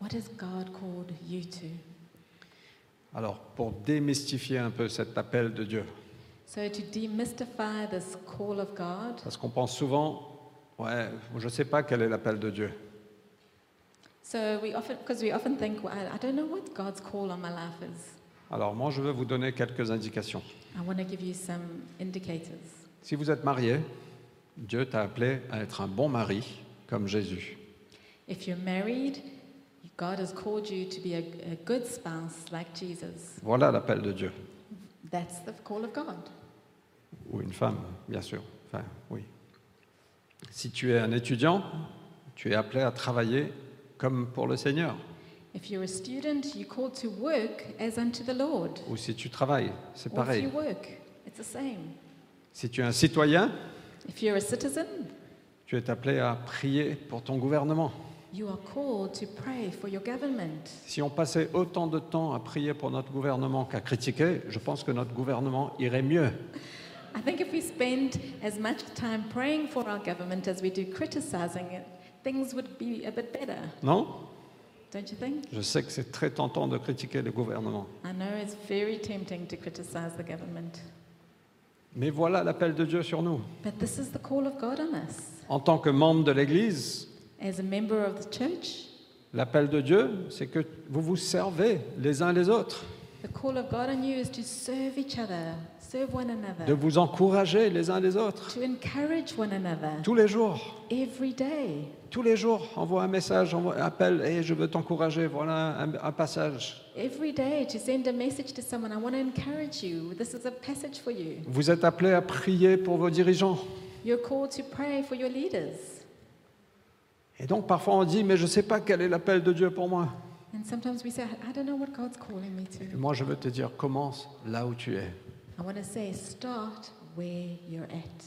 Speaker 2: What has God called you to?
Speaker 1: Alors, pour démystifier un peu cet appel de Dieu,
Speaker 2: So to demystify this call of God,
Speaker 1: parce qu'on pense souvent, ouais, je ne sais pas quel est l'appel de Dieu.
Speaker 2: so we often, because we often think, well, I, I don't know what God's call on my life is.
Speaker 1: Alors, moi, je veux vous donner quelques indications.
Speaker 2: I want to give you some indicators.
Speaker 1: Si vous êtes marié, Dieu t'a appelé à être un bon mari, comme Jésus.
Speaker 2: If you're married, God has called you to be a, a good spouse like Jesus.
Speaker 1: Voilà l'appel de Dieu.
Speaker 2: That's the call of God.
Speaker 1: Ou une femme, bien sûr. Enfin, oui. Si tu es un étudiant, tu es appelé à travailler comme pour le Seigneur.
Speaker 2: If you're a student, you're called to work as unto the Lord.
Speaker 1: Ou si tu travailles, c'est
Speaker 2: Or if
Speaker 1: pareil.
Speaker 2: you work, it's the same.
Speaker 1: Si tu es un citoyen,
Speaker 2: If you're a citizen,
Speaker 1: Tu es appelé à prier pour ton gouvernement.
Speaker 2: You are called to pray for your government.
Speaker 1: Si on passait autant de temps à prier pour notre gouvernement qu'à critiquer, je pense que notre gouvernement irait mieux.
Speaker 2: I think if we spend as much time praying for our government as we do criticizing it, things would be a bit better,
Speaker 1: Non
Speaker 2: don't you think?
Speaker 1: Je sais que c'est très tentant de critiquer le gouvernement.
Speaker 2: I know it's very tempting to criticize the government,
Speaker 1: Mais voilà l'appel de Dieu sur nous.
Speaker 2: but this is the call of God on us.
Speaker 1: En tant que membre de l'Église,
Speaker 2: As a member of the church,
Speaker 1: l'appel de Dieu, c'est que vous vous servez les uns les autres,
Speaker 2: the call of God on you is to serve each other, serve one
Speaker 1: de
Speaker 2: another,
Speaker 1: vous encourager les uns les autres.
Speaker 2: to encourage one another
Speaker 1: Tous les jours,
Speaker 2: every day.
Speaker 1: tous les jours, envoie un message, envoie un appel, et je veux t'encourager, voilà un- un passage.
Speaker 2: Every day to send a message to someone, I want to encourage you. This is a passage for you.
Speaker 1: Vous êtes appelés à prier pour vos dirigeants.
Speaker 2: You're called to pray for your leaders.
Speaker 1: Et donc parfois on dit, mais je ne sais pas quel est l'appel de Dieu pour moi.
Speaker 2: And sometimes we say, I don't know what God's calling me
Speaker 1: Et
Speaker 2: to.
Speaker 1: moi je veux te dire, commence là où tu es.
Speaker 2: I want to say, start where you're at.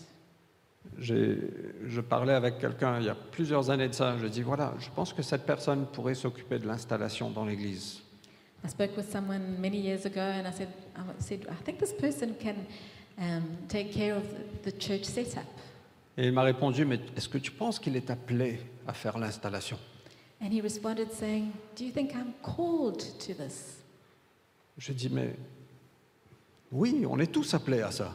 Speaker 1: J'ai- Je parlais avec quelqu'un il y a plusieurs années de ça. Je dis, voilà, je pense que cette personne pourrait s'occuper de l'installation dans l'église.
Speaker 2: I spoke with someone many years ago, and I said, I said, I think this person can um, take care of the- the church setup.
Speaker 1: Et il m'a répondu, mais est-ce que tu penses qu'il est appelé à faire l'installation
Speaker 2: And he responded saying, Do you think I'm called to this?
Speaker 1: Je dis, mais oui, on est tous appelés à ça.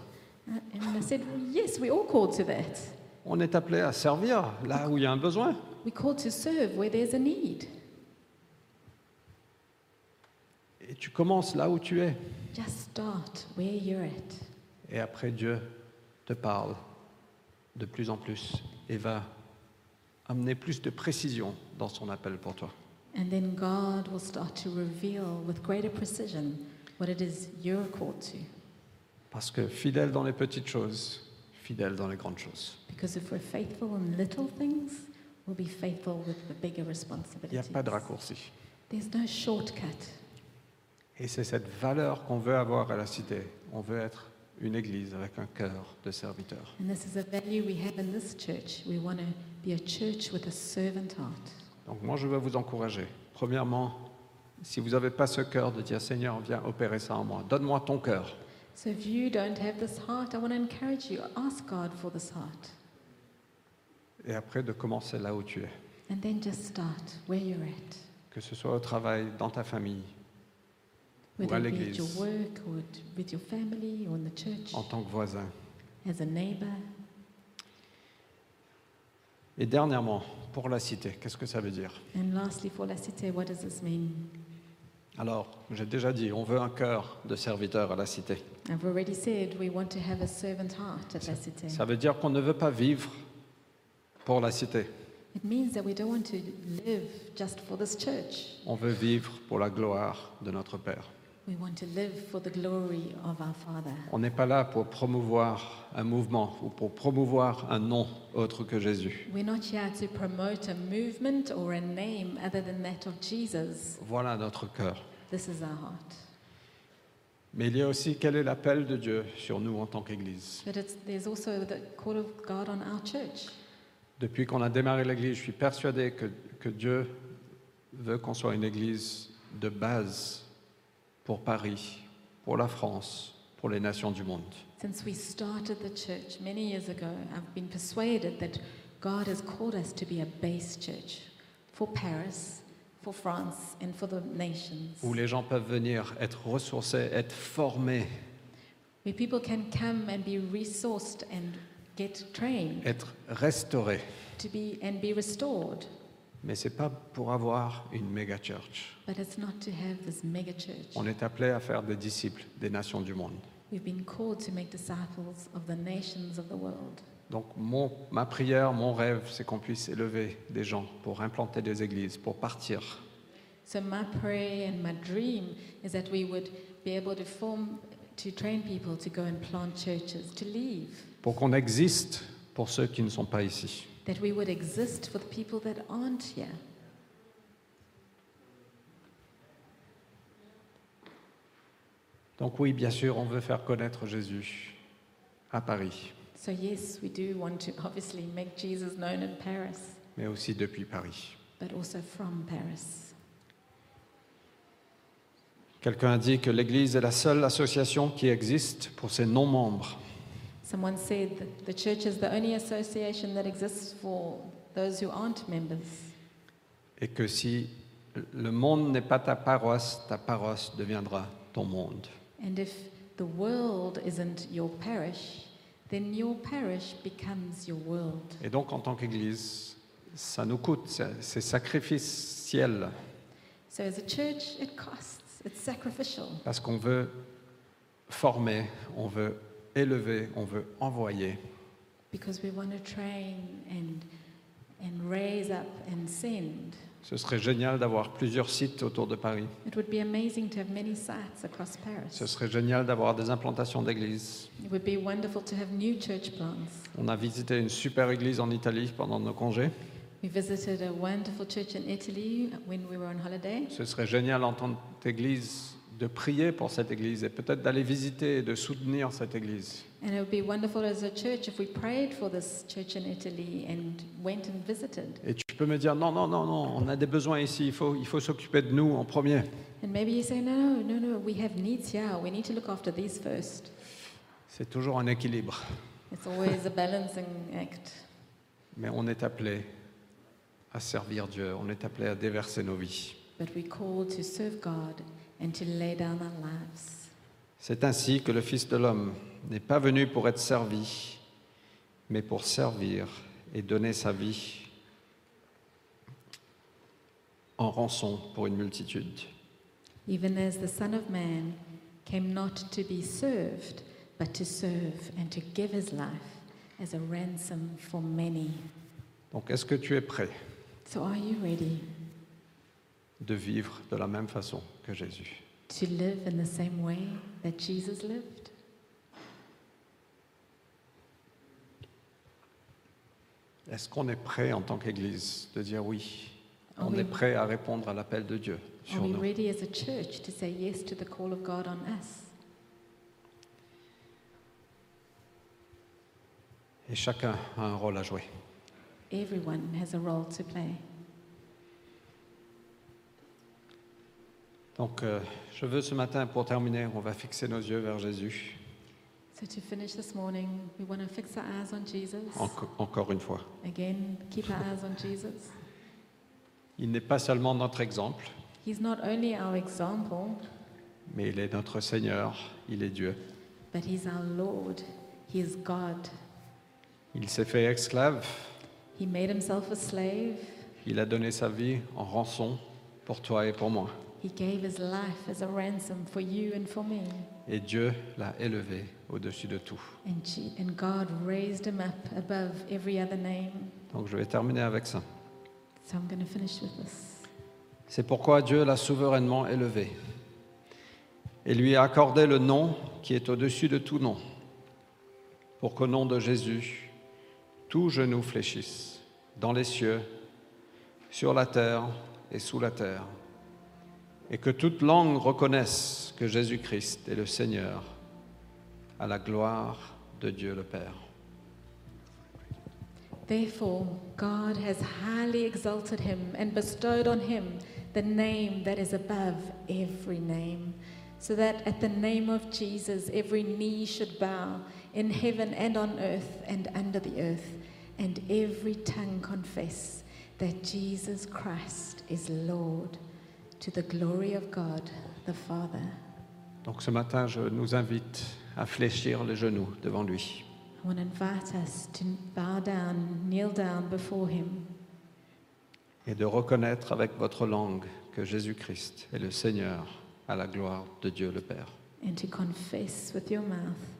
Speaker 2: Uh, And I said, well, Yes, we're all called to that.
Speaker 1: On est appelés à servir là où il y a un besoin.
Speaker 2: We're called to serve where there's a need.
Speaker 1: Et tu commences là où tu es.
Speaker 2: Just start where you're at.
Speaker 1: Et après, Dieu te parle de plus en plus et va amener plus de précision dans son appel pour toi.
Speaker 2: And then God will start to reveal with greater precision what it is you're called to.
Speaker 1: Parce que fidèle dans les petites choses, fidèle dans les grandes choses.
Speaker 2: Because if we're faithful in little things, we'll be faithful with the bigger
Speaker 1: Il n'y a
Speaker 2: responsibilities.
Speaker 1: pas de raccourci.
Speaker 2: There's no shortcut.
Speaker 1: Et c'est cette valeur qu'on veut avoir à la cité. On veut être une église avec un cœur de serviteur.
Speaker 2: And this is a value we have in this church. We want to be a church with a servant heart.
Speaker 1: Donc moi, je veux vous encourager. Premièrement, si vous n'avez pas ce cœur de dire Seigneur, viens opérer ça en moi, donne-moi ton cœur.
Speaker 2: So if you don't have this heart, I want to encourage you ask God for this heart.
Speaker 1: Et après, de commencer là où tu es.
Speaker 2: And then just start where you're at.
Speaker 1: Que ce soit au travail, dans ta famille, Ou à
Speaker 2: Whether it be at your
Speaker 1: l'église.
Speaker 2: work or t- with your family or in the church,
Speaker 1: en tant que voisin.
Speaker 2: as a neighbor.
Speaker 1: Et dernièrement, pour la cité, qu'est-ce que ça veut dire
Speaker 2: And lastly, for La Cité, what does this mean?
Speaker 1: Alors, j'ai déjà dit, on veut un cœur de serviteur à la cité.
Speaker 2: I've already said we want to have a servant heart at La Cité.
Speaker 1: Ça veut dire qu'on ne veut pas vivre pour la cité.
Speaker 2: It means that we don't want to live just for this church.
Speaker 1: On veut vivre pour la gloire de notre Père.
Speaker 2: We want to live for the glory of our Father.
Speaker 1: On n'est pas là pour promouvoir un mouvement ou pour promouvoir un nom autre que Jésus.
Speaker 2: We're not here to promote a movement or a name other than that of Jesus.
Speaker 1: Voilà notre cœur.
Speaker 2: This is our heart.
Speaker 1: Mais il y a aussi quel est l'appel de Dieu sur nous en tant qu'Église.
Speaker 2: But it's, there's also the call of God on our church.
Speaker 1: Depuis qu'on a démarré l'Église, je suis persuadé que, que Dieu veut qu'on soit une Église de base pour Paris, pour la France, pour les nations du monde.
Speaker 2: Since we started the church many years ago, I've been persuaded that God has called us to be a base church for Paris, for France, and for the nations,
Speaker 1: où les gens peuvent venir être ressourcés, être formés,
Speaker 2: where people can come and be resourced and get trained
Speaker 1: être restaurés.
Speaker 2: to be and be restored.
Speaker 1: Mais c'est pas pour avoir une méga church.
Speaker 2: But it's not to have this mega church.
Speaker 1: On est appelé à faire des disciples des nations du monde.
Speaker 2: We've been called to make disciples of the nations of the world.
Speaker 1: Donc mon, ma prière, mon rêve, c'est qu'on puisse élever des gens pour implanter des églises, pour partir.
Speaker 2: So my prayer and my dream is that we would be able to form, to train people to go and plant churches, to leave.
Speaker 1: pour qu'on existe pour ceux qui ne sont pas ici.
Speaker 2: that we would exist for the people that aren't here.
Speaker 1: Donc oui, bien sûr, on veut faire connaître Jésus à Paris,
Speaker 2: So, yes, we do want to obviously make Jesus known in Paris,
Speaker 1: mais aussi depuis Paris.
Speaker 2: but also from Paris.
Speaker 1: Quelqu'un a dit que l'Église est la seule association qui existe pour ses non-membres.
Speaker 2: Someone said that the church is the only association that exists for those who aren't members.
Speaker 1: et que si le monde n'est pas ta paroisse, ta paroisse deviendra ton monde.
Speaker 2: And if the world isn't your parish, then your parish becomes your world.
Speaker 1: Et donc en tant qu'Église, ça nous coûte, c'est c'est sacrificiel,
Speaker 2: So, as a church, it costs, it's sacrificial
Speaker 1: parce qu'on veut former, on veut élever, on veut envoyer.
Speaker 2: because we want to train and, and raise up and send.
Speaker 1: Ce serait génial d'avoir plusieurs sites autour de Paris.
Speaker 2: It would be amazing to have many sites across Paris.
Speaker 1: Ce serait génial d'avoir des implantations d'églises.
Speaker 2: It would be wonderful to have new church plants.
Speaker 1: On a visité une super église en Italie pendant nos congés.
Speaker 2: We visited a wonderful church in Italy when we were on holiday.
Speaker 1: Ce serait génial en tant qu'église de prier pour cette église et peut-être d'aller visiter et de soutenir cette église.
Speaker 2: And it would be wonderful as a church if we prayed for this church in Italy and went and visited.
Speaker 1: Et tu peux me dire non, non, non, non, on a des besoins ici, il faut, il faut s'occuper de nous en premier.
Speaker 2: And maybe you say, no, no, no, we have needs here. We need to look after these first.
Speaker 1: C'est toujours un équilibre,
Speaker 2: It's always a balancing act.
Speaker 1: mais on est appelé à servir Dieu, on est appelé à déverser nos vies.
Speaker 2: But we call to serve God and to lay down our lives.
Speaker 1: C'est ainsi que le Fils de l'homme n'est pas venu pour être servi, mais pour servir et donner sa vie en rançon pour une multitude.
Speaker 2: Even as the Son of Man came not to be served, but to serve and to give his life as a ransom for many.
Speaker 1: Donc est-ce que tu es prêt
Speaker 2: So are you ready
Speaker 1: de vivre de la même façon que Jésus.
Speaker 2: to live in the same way that Jesus lived?
Speaker 1: Est-ce qu'on est prêt en tant qu'Église de dire oui
Speaker 2: Ah
Speaker 1: On
Speaker 2: oui. Ah
Speaker 1: est prêt à répondre à l'appel de Dieu
Speaker 2: Are
Speaker 1: sur
Speaker 2: we
Speaker 1: nous.
Speaker 2: ready as a church to say yes to the call of God on us?
Speaker 1: Et chacun a un rôle à jouer.
Speaker 2: Everyone has a role to play.
Speaker 1: Donc euh, je veux ce matin, pour terminer, on va fixer nos yeux vers Jésus,
Speaker 2: So to finish this morning, we want to fix our eyes on Jesus.
Speaker 1: enco- encore une fois.
Speaker 2: Again, keep our eyes on Jesus.
Speaker 1: Il n'est pas seulement notre exemple,
Speaker 2: He's not only our example,
Speaker 1: mais il est notre Seigneur, il est Dieu.
Speaker 2: but he's our Lord. He is God.
Speaker 1: Il s'est fait esclave,
Speaker 2: He made himself a slave.
Speaker 1: il a donné sa vie en rançon pour toi et pour moi.
Speaker 2: He gave his life as a ransom for you and for me.
Speaker 1: Et Dieu l'a élevé au-dessus de tout.
Speaker 2: And, Je- and God raised him up above every other name.
Speaker 1: Donc je vais terminer avec ça.
Speaker 2: So I'm going to finish with this.
Speaker 1: C'est pourquoi Dieu l'a souverainement élevé et lui a accordé le nom qui est au-dessus de tout nom, pour qu'au nom de Jésus, tout genou fléchisse, dans les cieux, sur la terre et sous la terre, et que toute langue reconnaisse que Jésus-Christ est le Seigneur, à la gloire de Dieu le Père.
Speaker 2: Therefore, God has highly exalted him and bestowed on him the name that is above every name, so that at the name of Jesus every knee should bow in heaven and on earth and under the earth, and every tongue confess that Jesus Christ is Lord, to the glory of God the Father.
Speaker 1: Donc ce matin, je nous invite à fléchir les genoux devant lui.
Speaker 2: I want to invite us to bow down, kneel down before him.
Speaker 1: et de reconnaître avec votre langue que Jésus-Christ est le Seigneur à la gloire de Dieu le Père.
Speaker 2: and to confess with your mouth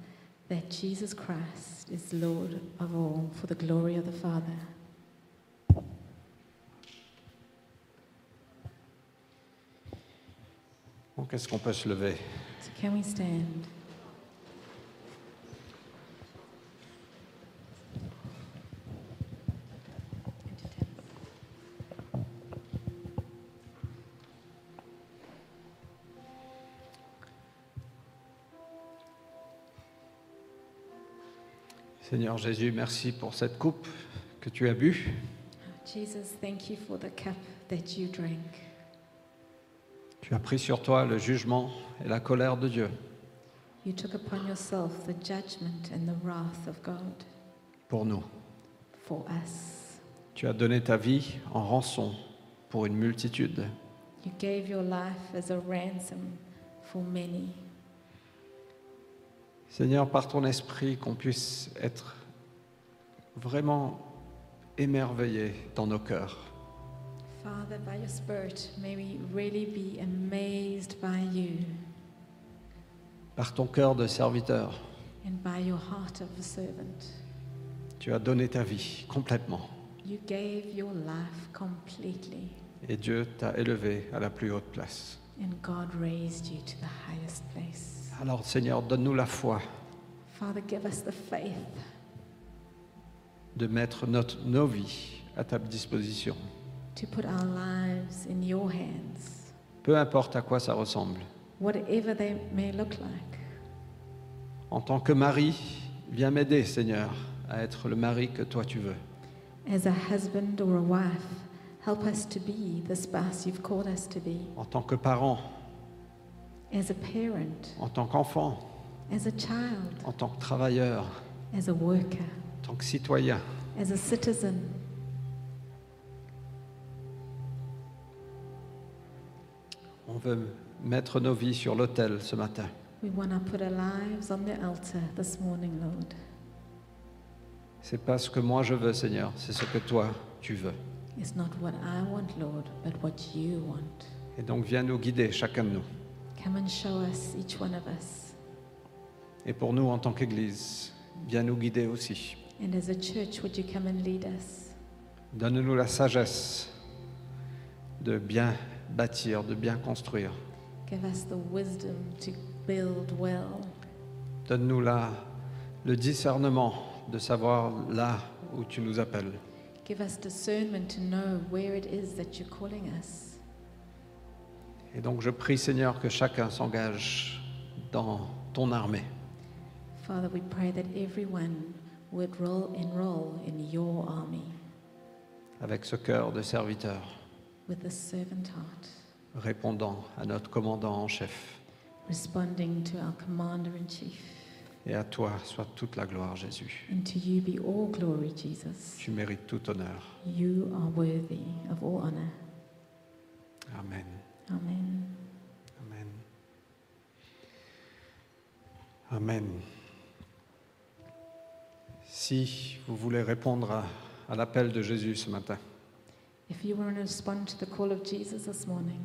Speaker 2: that Jesus Christ is Lord of all for the glory of the Father.
Speaker 1: Donc est-ce qu'on peut se lever
Speaker 2: So, can we stand?
Speaker 1: Seigneur Jésus, merci pour cette coupe que tu as bu.
Speaker 2: Jesus, thank you for the cup that you drank.
Speaker 1: Tu as pris sur toi le jugement et la colère de Dieu
Speaker 2: You took upon yourself the judgment and the wrath of God
Speaker 1: pour nous.
Speaker 2: for us.
Speaker 1: Tu as donné ta vie en rançon pour une multitude.
Speaker 2: You gave your life as a ransom for many.
Speaker 1: Seigneur, par ton esprit, qu'on puisse être vraiment émerveillés dans nos cœurs.
Speaker 2: Father, by your Spirit, may we really be amazed by you
Speaker 1: Par ton cœur de serviteur,
Speaker 2: and by your heart of a servant.
Speaker 1: tu as donné ta vie complètement
Speaker 2: You gave your life completely,
Speaker 1: et Dieu t'a élevé à la plus haute place.
Speaker 2: and God raised you to the highest place.
Speaker 1: Alors Seigneur, donne-nous la foi
Speaker 2: Father, give us the faith
Speaker 1: de mettre notre, nos vies à ta disposition,
Speaker 2: to put our lives in your hands,
Speaker 1: peu importe à quoi ça ressemble.
Speaker 2: whatever they may look like.
Speaker 1: En tant que mari, viens m'aider Seigneur à être le mari que toi tu veux.
Speaker 2: As a husband or a wife, help us to be the spouse you've called us to be.
Speaker 1: En tant que parent,
Speaker 2: As a parent,
Speaker 1: en tant qu'enfant,
Speaker 2: as a child,
Speaker 1: en tant que travailleur,
Speaker 2: as a worker,
Speaker 1: en tant que citoyen,
Speaker 2: as a citizen.
Speaker 1: on veut mettre nos vies sur l'autel ce matin.
Speaker 2: We want to put our lives on the altar this morning, Lord.
Speaker 1: C'est pas ce que moi je veux, Seigneur, c'est ce que toi tu veux.
Speaker 2: It's not what I want, Lord, but what you want.
Speaker 1: Et donc viens nous guider, chacun de nous.
Speaker 2: Come and show us, each one of us.
Speaker 1: Et pour nous, en tant qu'Église, viens nous guider aussi.
Speaker 2: And as a church, would you come and lead us?
Speaker 1: Donne-nous la sagesse de bien bâtir, de bien construire.
Speaker 2: Give us the wisdom to build well.
Speaker 1: Donne-nous la, le discernement de savoir là où tu nous appelles.
Speaker 2: Give us discernment to know where it is that you're calling us.
Speaker 1: Et donc je prie, Seigneur, que chacun s'engage dans ton armée.
Speaker 2: Father, we pray that everyone would roll enroll in your army
Speaker 1: avec ce cœur de serviteur,
Speaker 2: with a servant heart,
Speaker 1: répondant à notre commandant en chef.
Speaker 2: responding to our commander in chief.
Speaker 1: Et à toi soit toute la gloire, Jésus.
Speaker 2: And to you be all glory, Jesus.
Speaker 1: Tu mérites tout honneur.
Speaker 2: You are worthy of all honor.
Speaker 1: Amen.
Speaker 2: Amen.
Speaker 1: Amen. Amen. Si vous voulez répondre à, à l'appel de Jésus ce matin,
Speaker 2: If you want to respond to the call of Jesus this morning,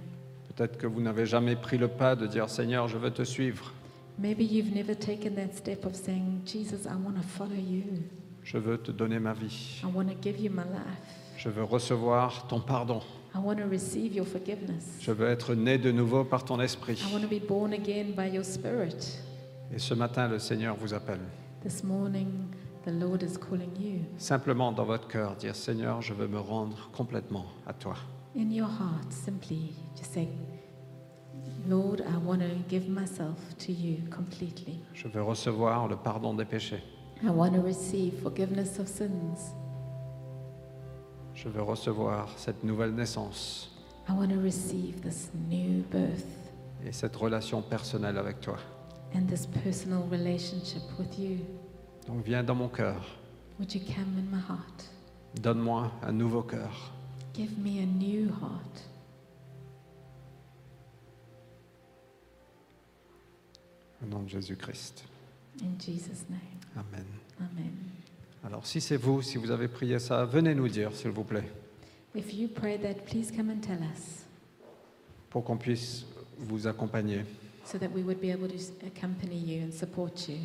Speaker 1: peut-être que vous n'avez jamais pris le pas de dire Seigneur, je veux te suivre,
Speaker 2: maybe you've never taken that step of saying, Jesus, I want to follow you.
Speaker 1: je veux te donner ma vie,
Speaker 2: I want to give you my life.
Speaker 1: je veux recevoir ton pardon,
Speaker 2: I want to receive your forgiveness.
Speaker 1: je veux être né de nouveau par ton esprit.
Speaker 2: I want to be born again by your spirit.
Speaker 1: Et ce matin, le Seigneur vous appelle.
Speaker 2: This morning, the Lord is calling you.
Speaker 1: Simplement dans votre cœur, dire Seigneur, je veux me rendre complètement à toi.
Speaker 2: In your heart, simply just say, Lord, I want to give myself to you completely.
Speaker 1: Je veux recevoir le pardon des péchés.
Speaker 2: I want to receive forgiveness of sins.
Speaker 1: Je veux recevoir cette nouvelle naissance
Speaker 2: I want to receive this new birth
Speaker 1: et cette relation personnelle avec toi.
Speaker 2: and this personal relationship with you.
Speaker 1: Donc viens dans mon cœur.
Speaker 2: Would you come in my heart?
Speaker 1: Donne-moi un nouveau cœur.
Speaker 2: Give me a new heart.
Speaker 1: Au nom de Jésus-Christ.
Speaker 2: In Jesus' name,
Speaker 1: Amen.
Speaker 2: amen.
Speaker 1: Alors si c'est vous, si vous avez prié ça, venez nous dire, s'il vous plaît,
Speaker 2: If you pray that, please come and tell us
Speaker 1: pour qu'on puisse vous accompagner.
Speaker 2: so that we would be able to s- accompany you and support you.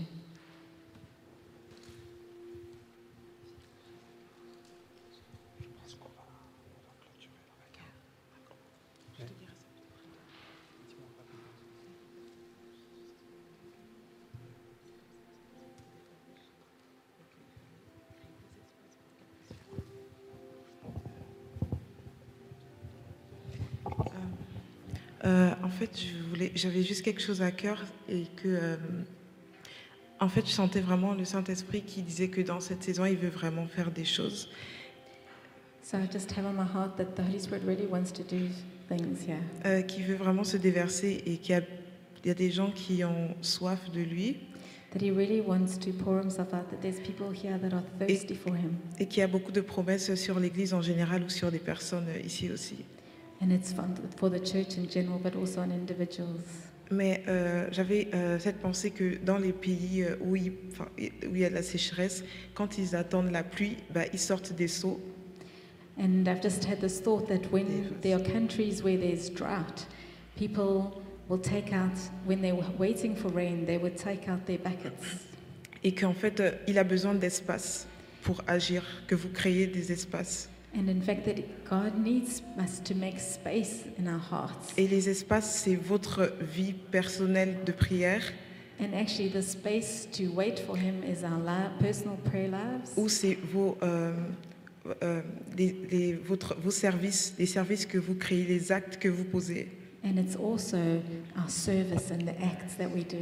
Speaker 4: Euh, en fait, je voulais, j'avais juste quelque chose à cœur et que euh, En fait, je sentais vraiment le Saint-Esprit qui disait que dans cette saison, il veut vraiment faire des choses.
Speaker 2: So I just have on my heart that the Holy Spirit really wants to do things here.
Speaker 4: euh, qui veut vraiment se déverser et qu'il y a, il y a des gens qui ont soif de lui
Speaker 2: That He really wants to pour Himself out, that there's people here that are thirsty for Him.
Speaker 4: et qui a beaucoup de promesses sur l'Église en général ou sur des personnes euh, ici aussi.
Speaker 2: And it's fun for the church in general, but also on individuals.
Speaker 4: Mais euh, j'avais euh, cette pensée que dans les pays euh, où il, enfin, où il y a de la sécheresse, quand ils attendent la pluie, bah, ils sortent des seaux
Speaker 2: And I've just had this thought that when there are countries where there's drought, people will take out, when they were waiting for rain, they would take out their buckets.
Speaker 4: et qu'en fait, euh, il a besoin d'espace pour agir, que vous créez des espaces.
Speaker 2: And in fact, that God needs us to make space in our hearts.
Speaker 4: Et les espaces, c'est votre vie personnelle de prière
Speaker 2: And actually, the space to wait for Him is our li- personal prayer lives,
Speaker 4: où c'est vos, euh, euh, les- les- votre- vos services, les services que vous créez, les actes que vous posez.
Speaker 2: and it's also our service and the acts that we do.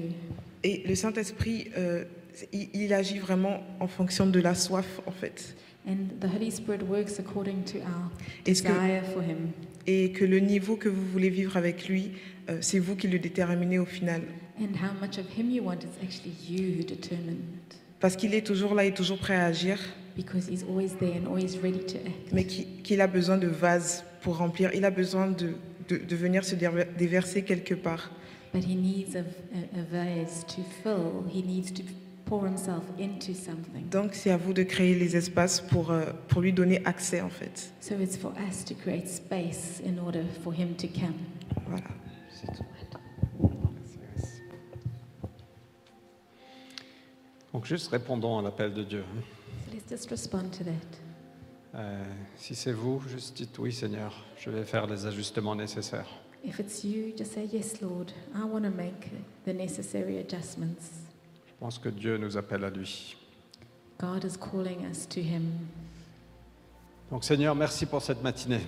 Speaker 4: Et le Saint-Esprit, euh, il, il agit vraiment en fonction de la soif, en fait.
Speaker 2: And the Holy Spirit works according to our
Speaker 4: Est-ce que-
Speaker 2: desire for Him.
Speaker 4: Et que le niveau que vous voulez vivre avec lui, euh, c'est vous qui le déterminez au final.
Speaker 2: And how much of Him you want is actually you who determine it.
Speaker 4: Parce qu'il est toujours là et toujours prêt à agir,
Speaker 2: because he's always there and always ready to act.
Speaker 4: mais qui- qu'il a besoin de vases pour remplir. Il a besoin de, de- de venir se déver- déverser quelque part.
Speaker 2: But he needs a, a, a vase to fill. He needs to pour himself into something.
Speaker 4: Donc c'est à vous de créer les espaces pour, euh, pour lui donner accès, en fait.
Speaker 2: So it's for us to create space in order for him to come.
Speaker 4: Voilà.
Speaker 1: Donc juste répondons à l'appel de Dieu. hein.
Speaker 2: So let's just respond to that.
Speaker 1: Euh, si c'est vous, juste dites oui Seigneur, je vais faire les ajustements nécessaires.
Speaker 2: If it's you, just say, Yes, Lord, I want to make the necessary adjustments.
Speaker 1: Je pense que Dieu nous appelle à lui.
Speaker 2: God is calling us to him.
Speaker 1: Donc Seigneur, merci pour cette matinée.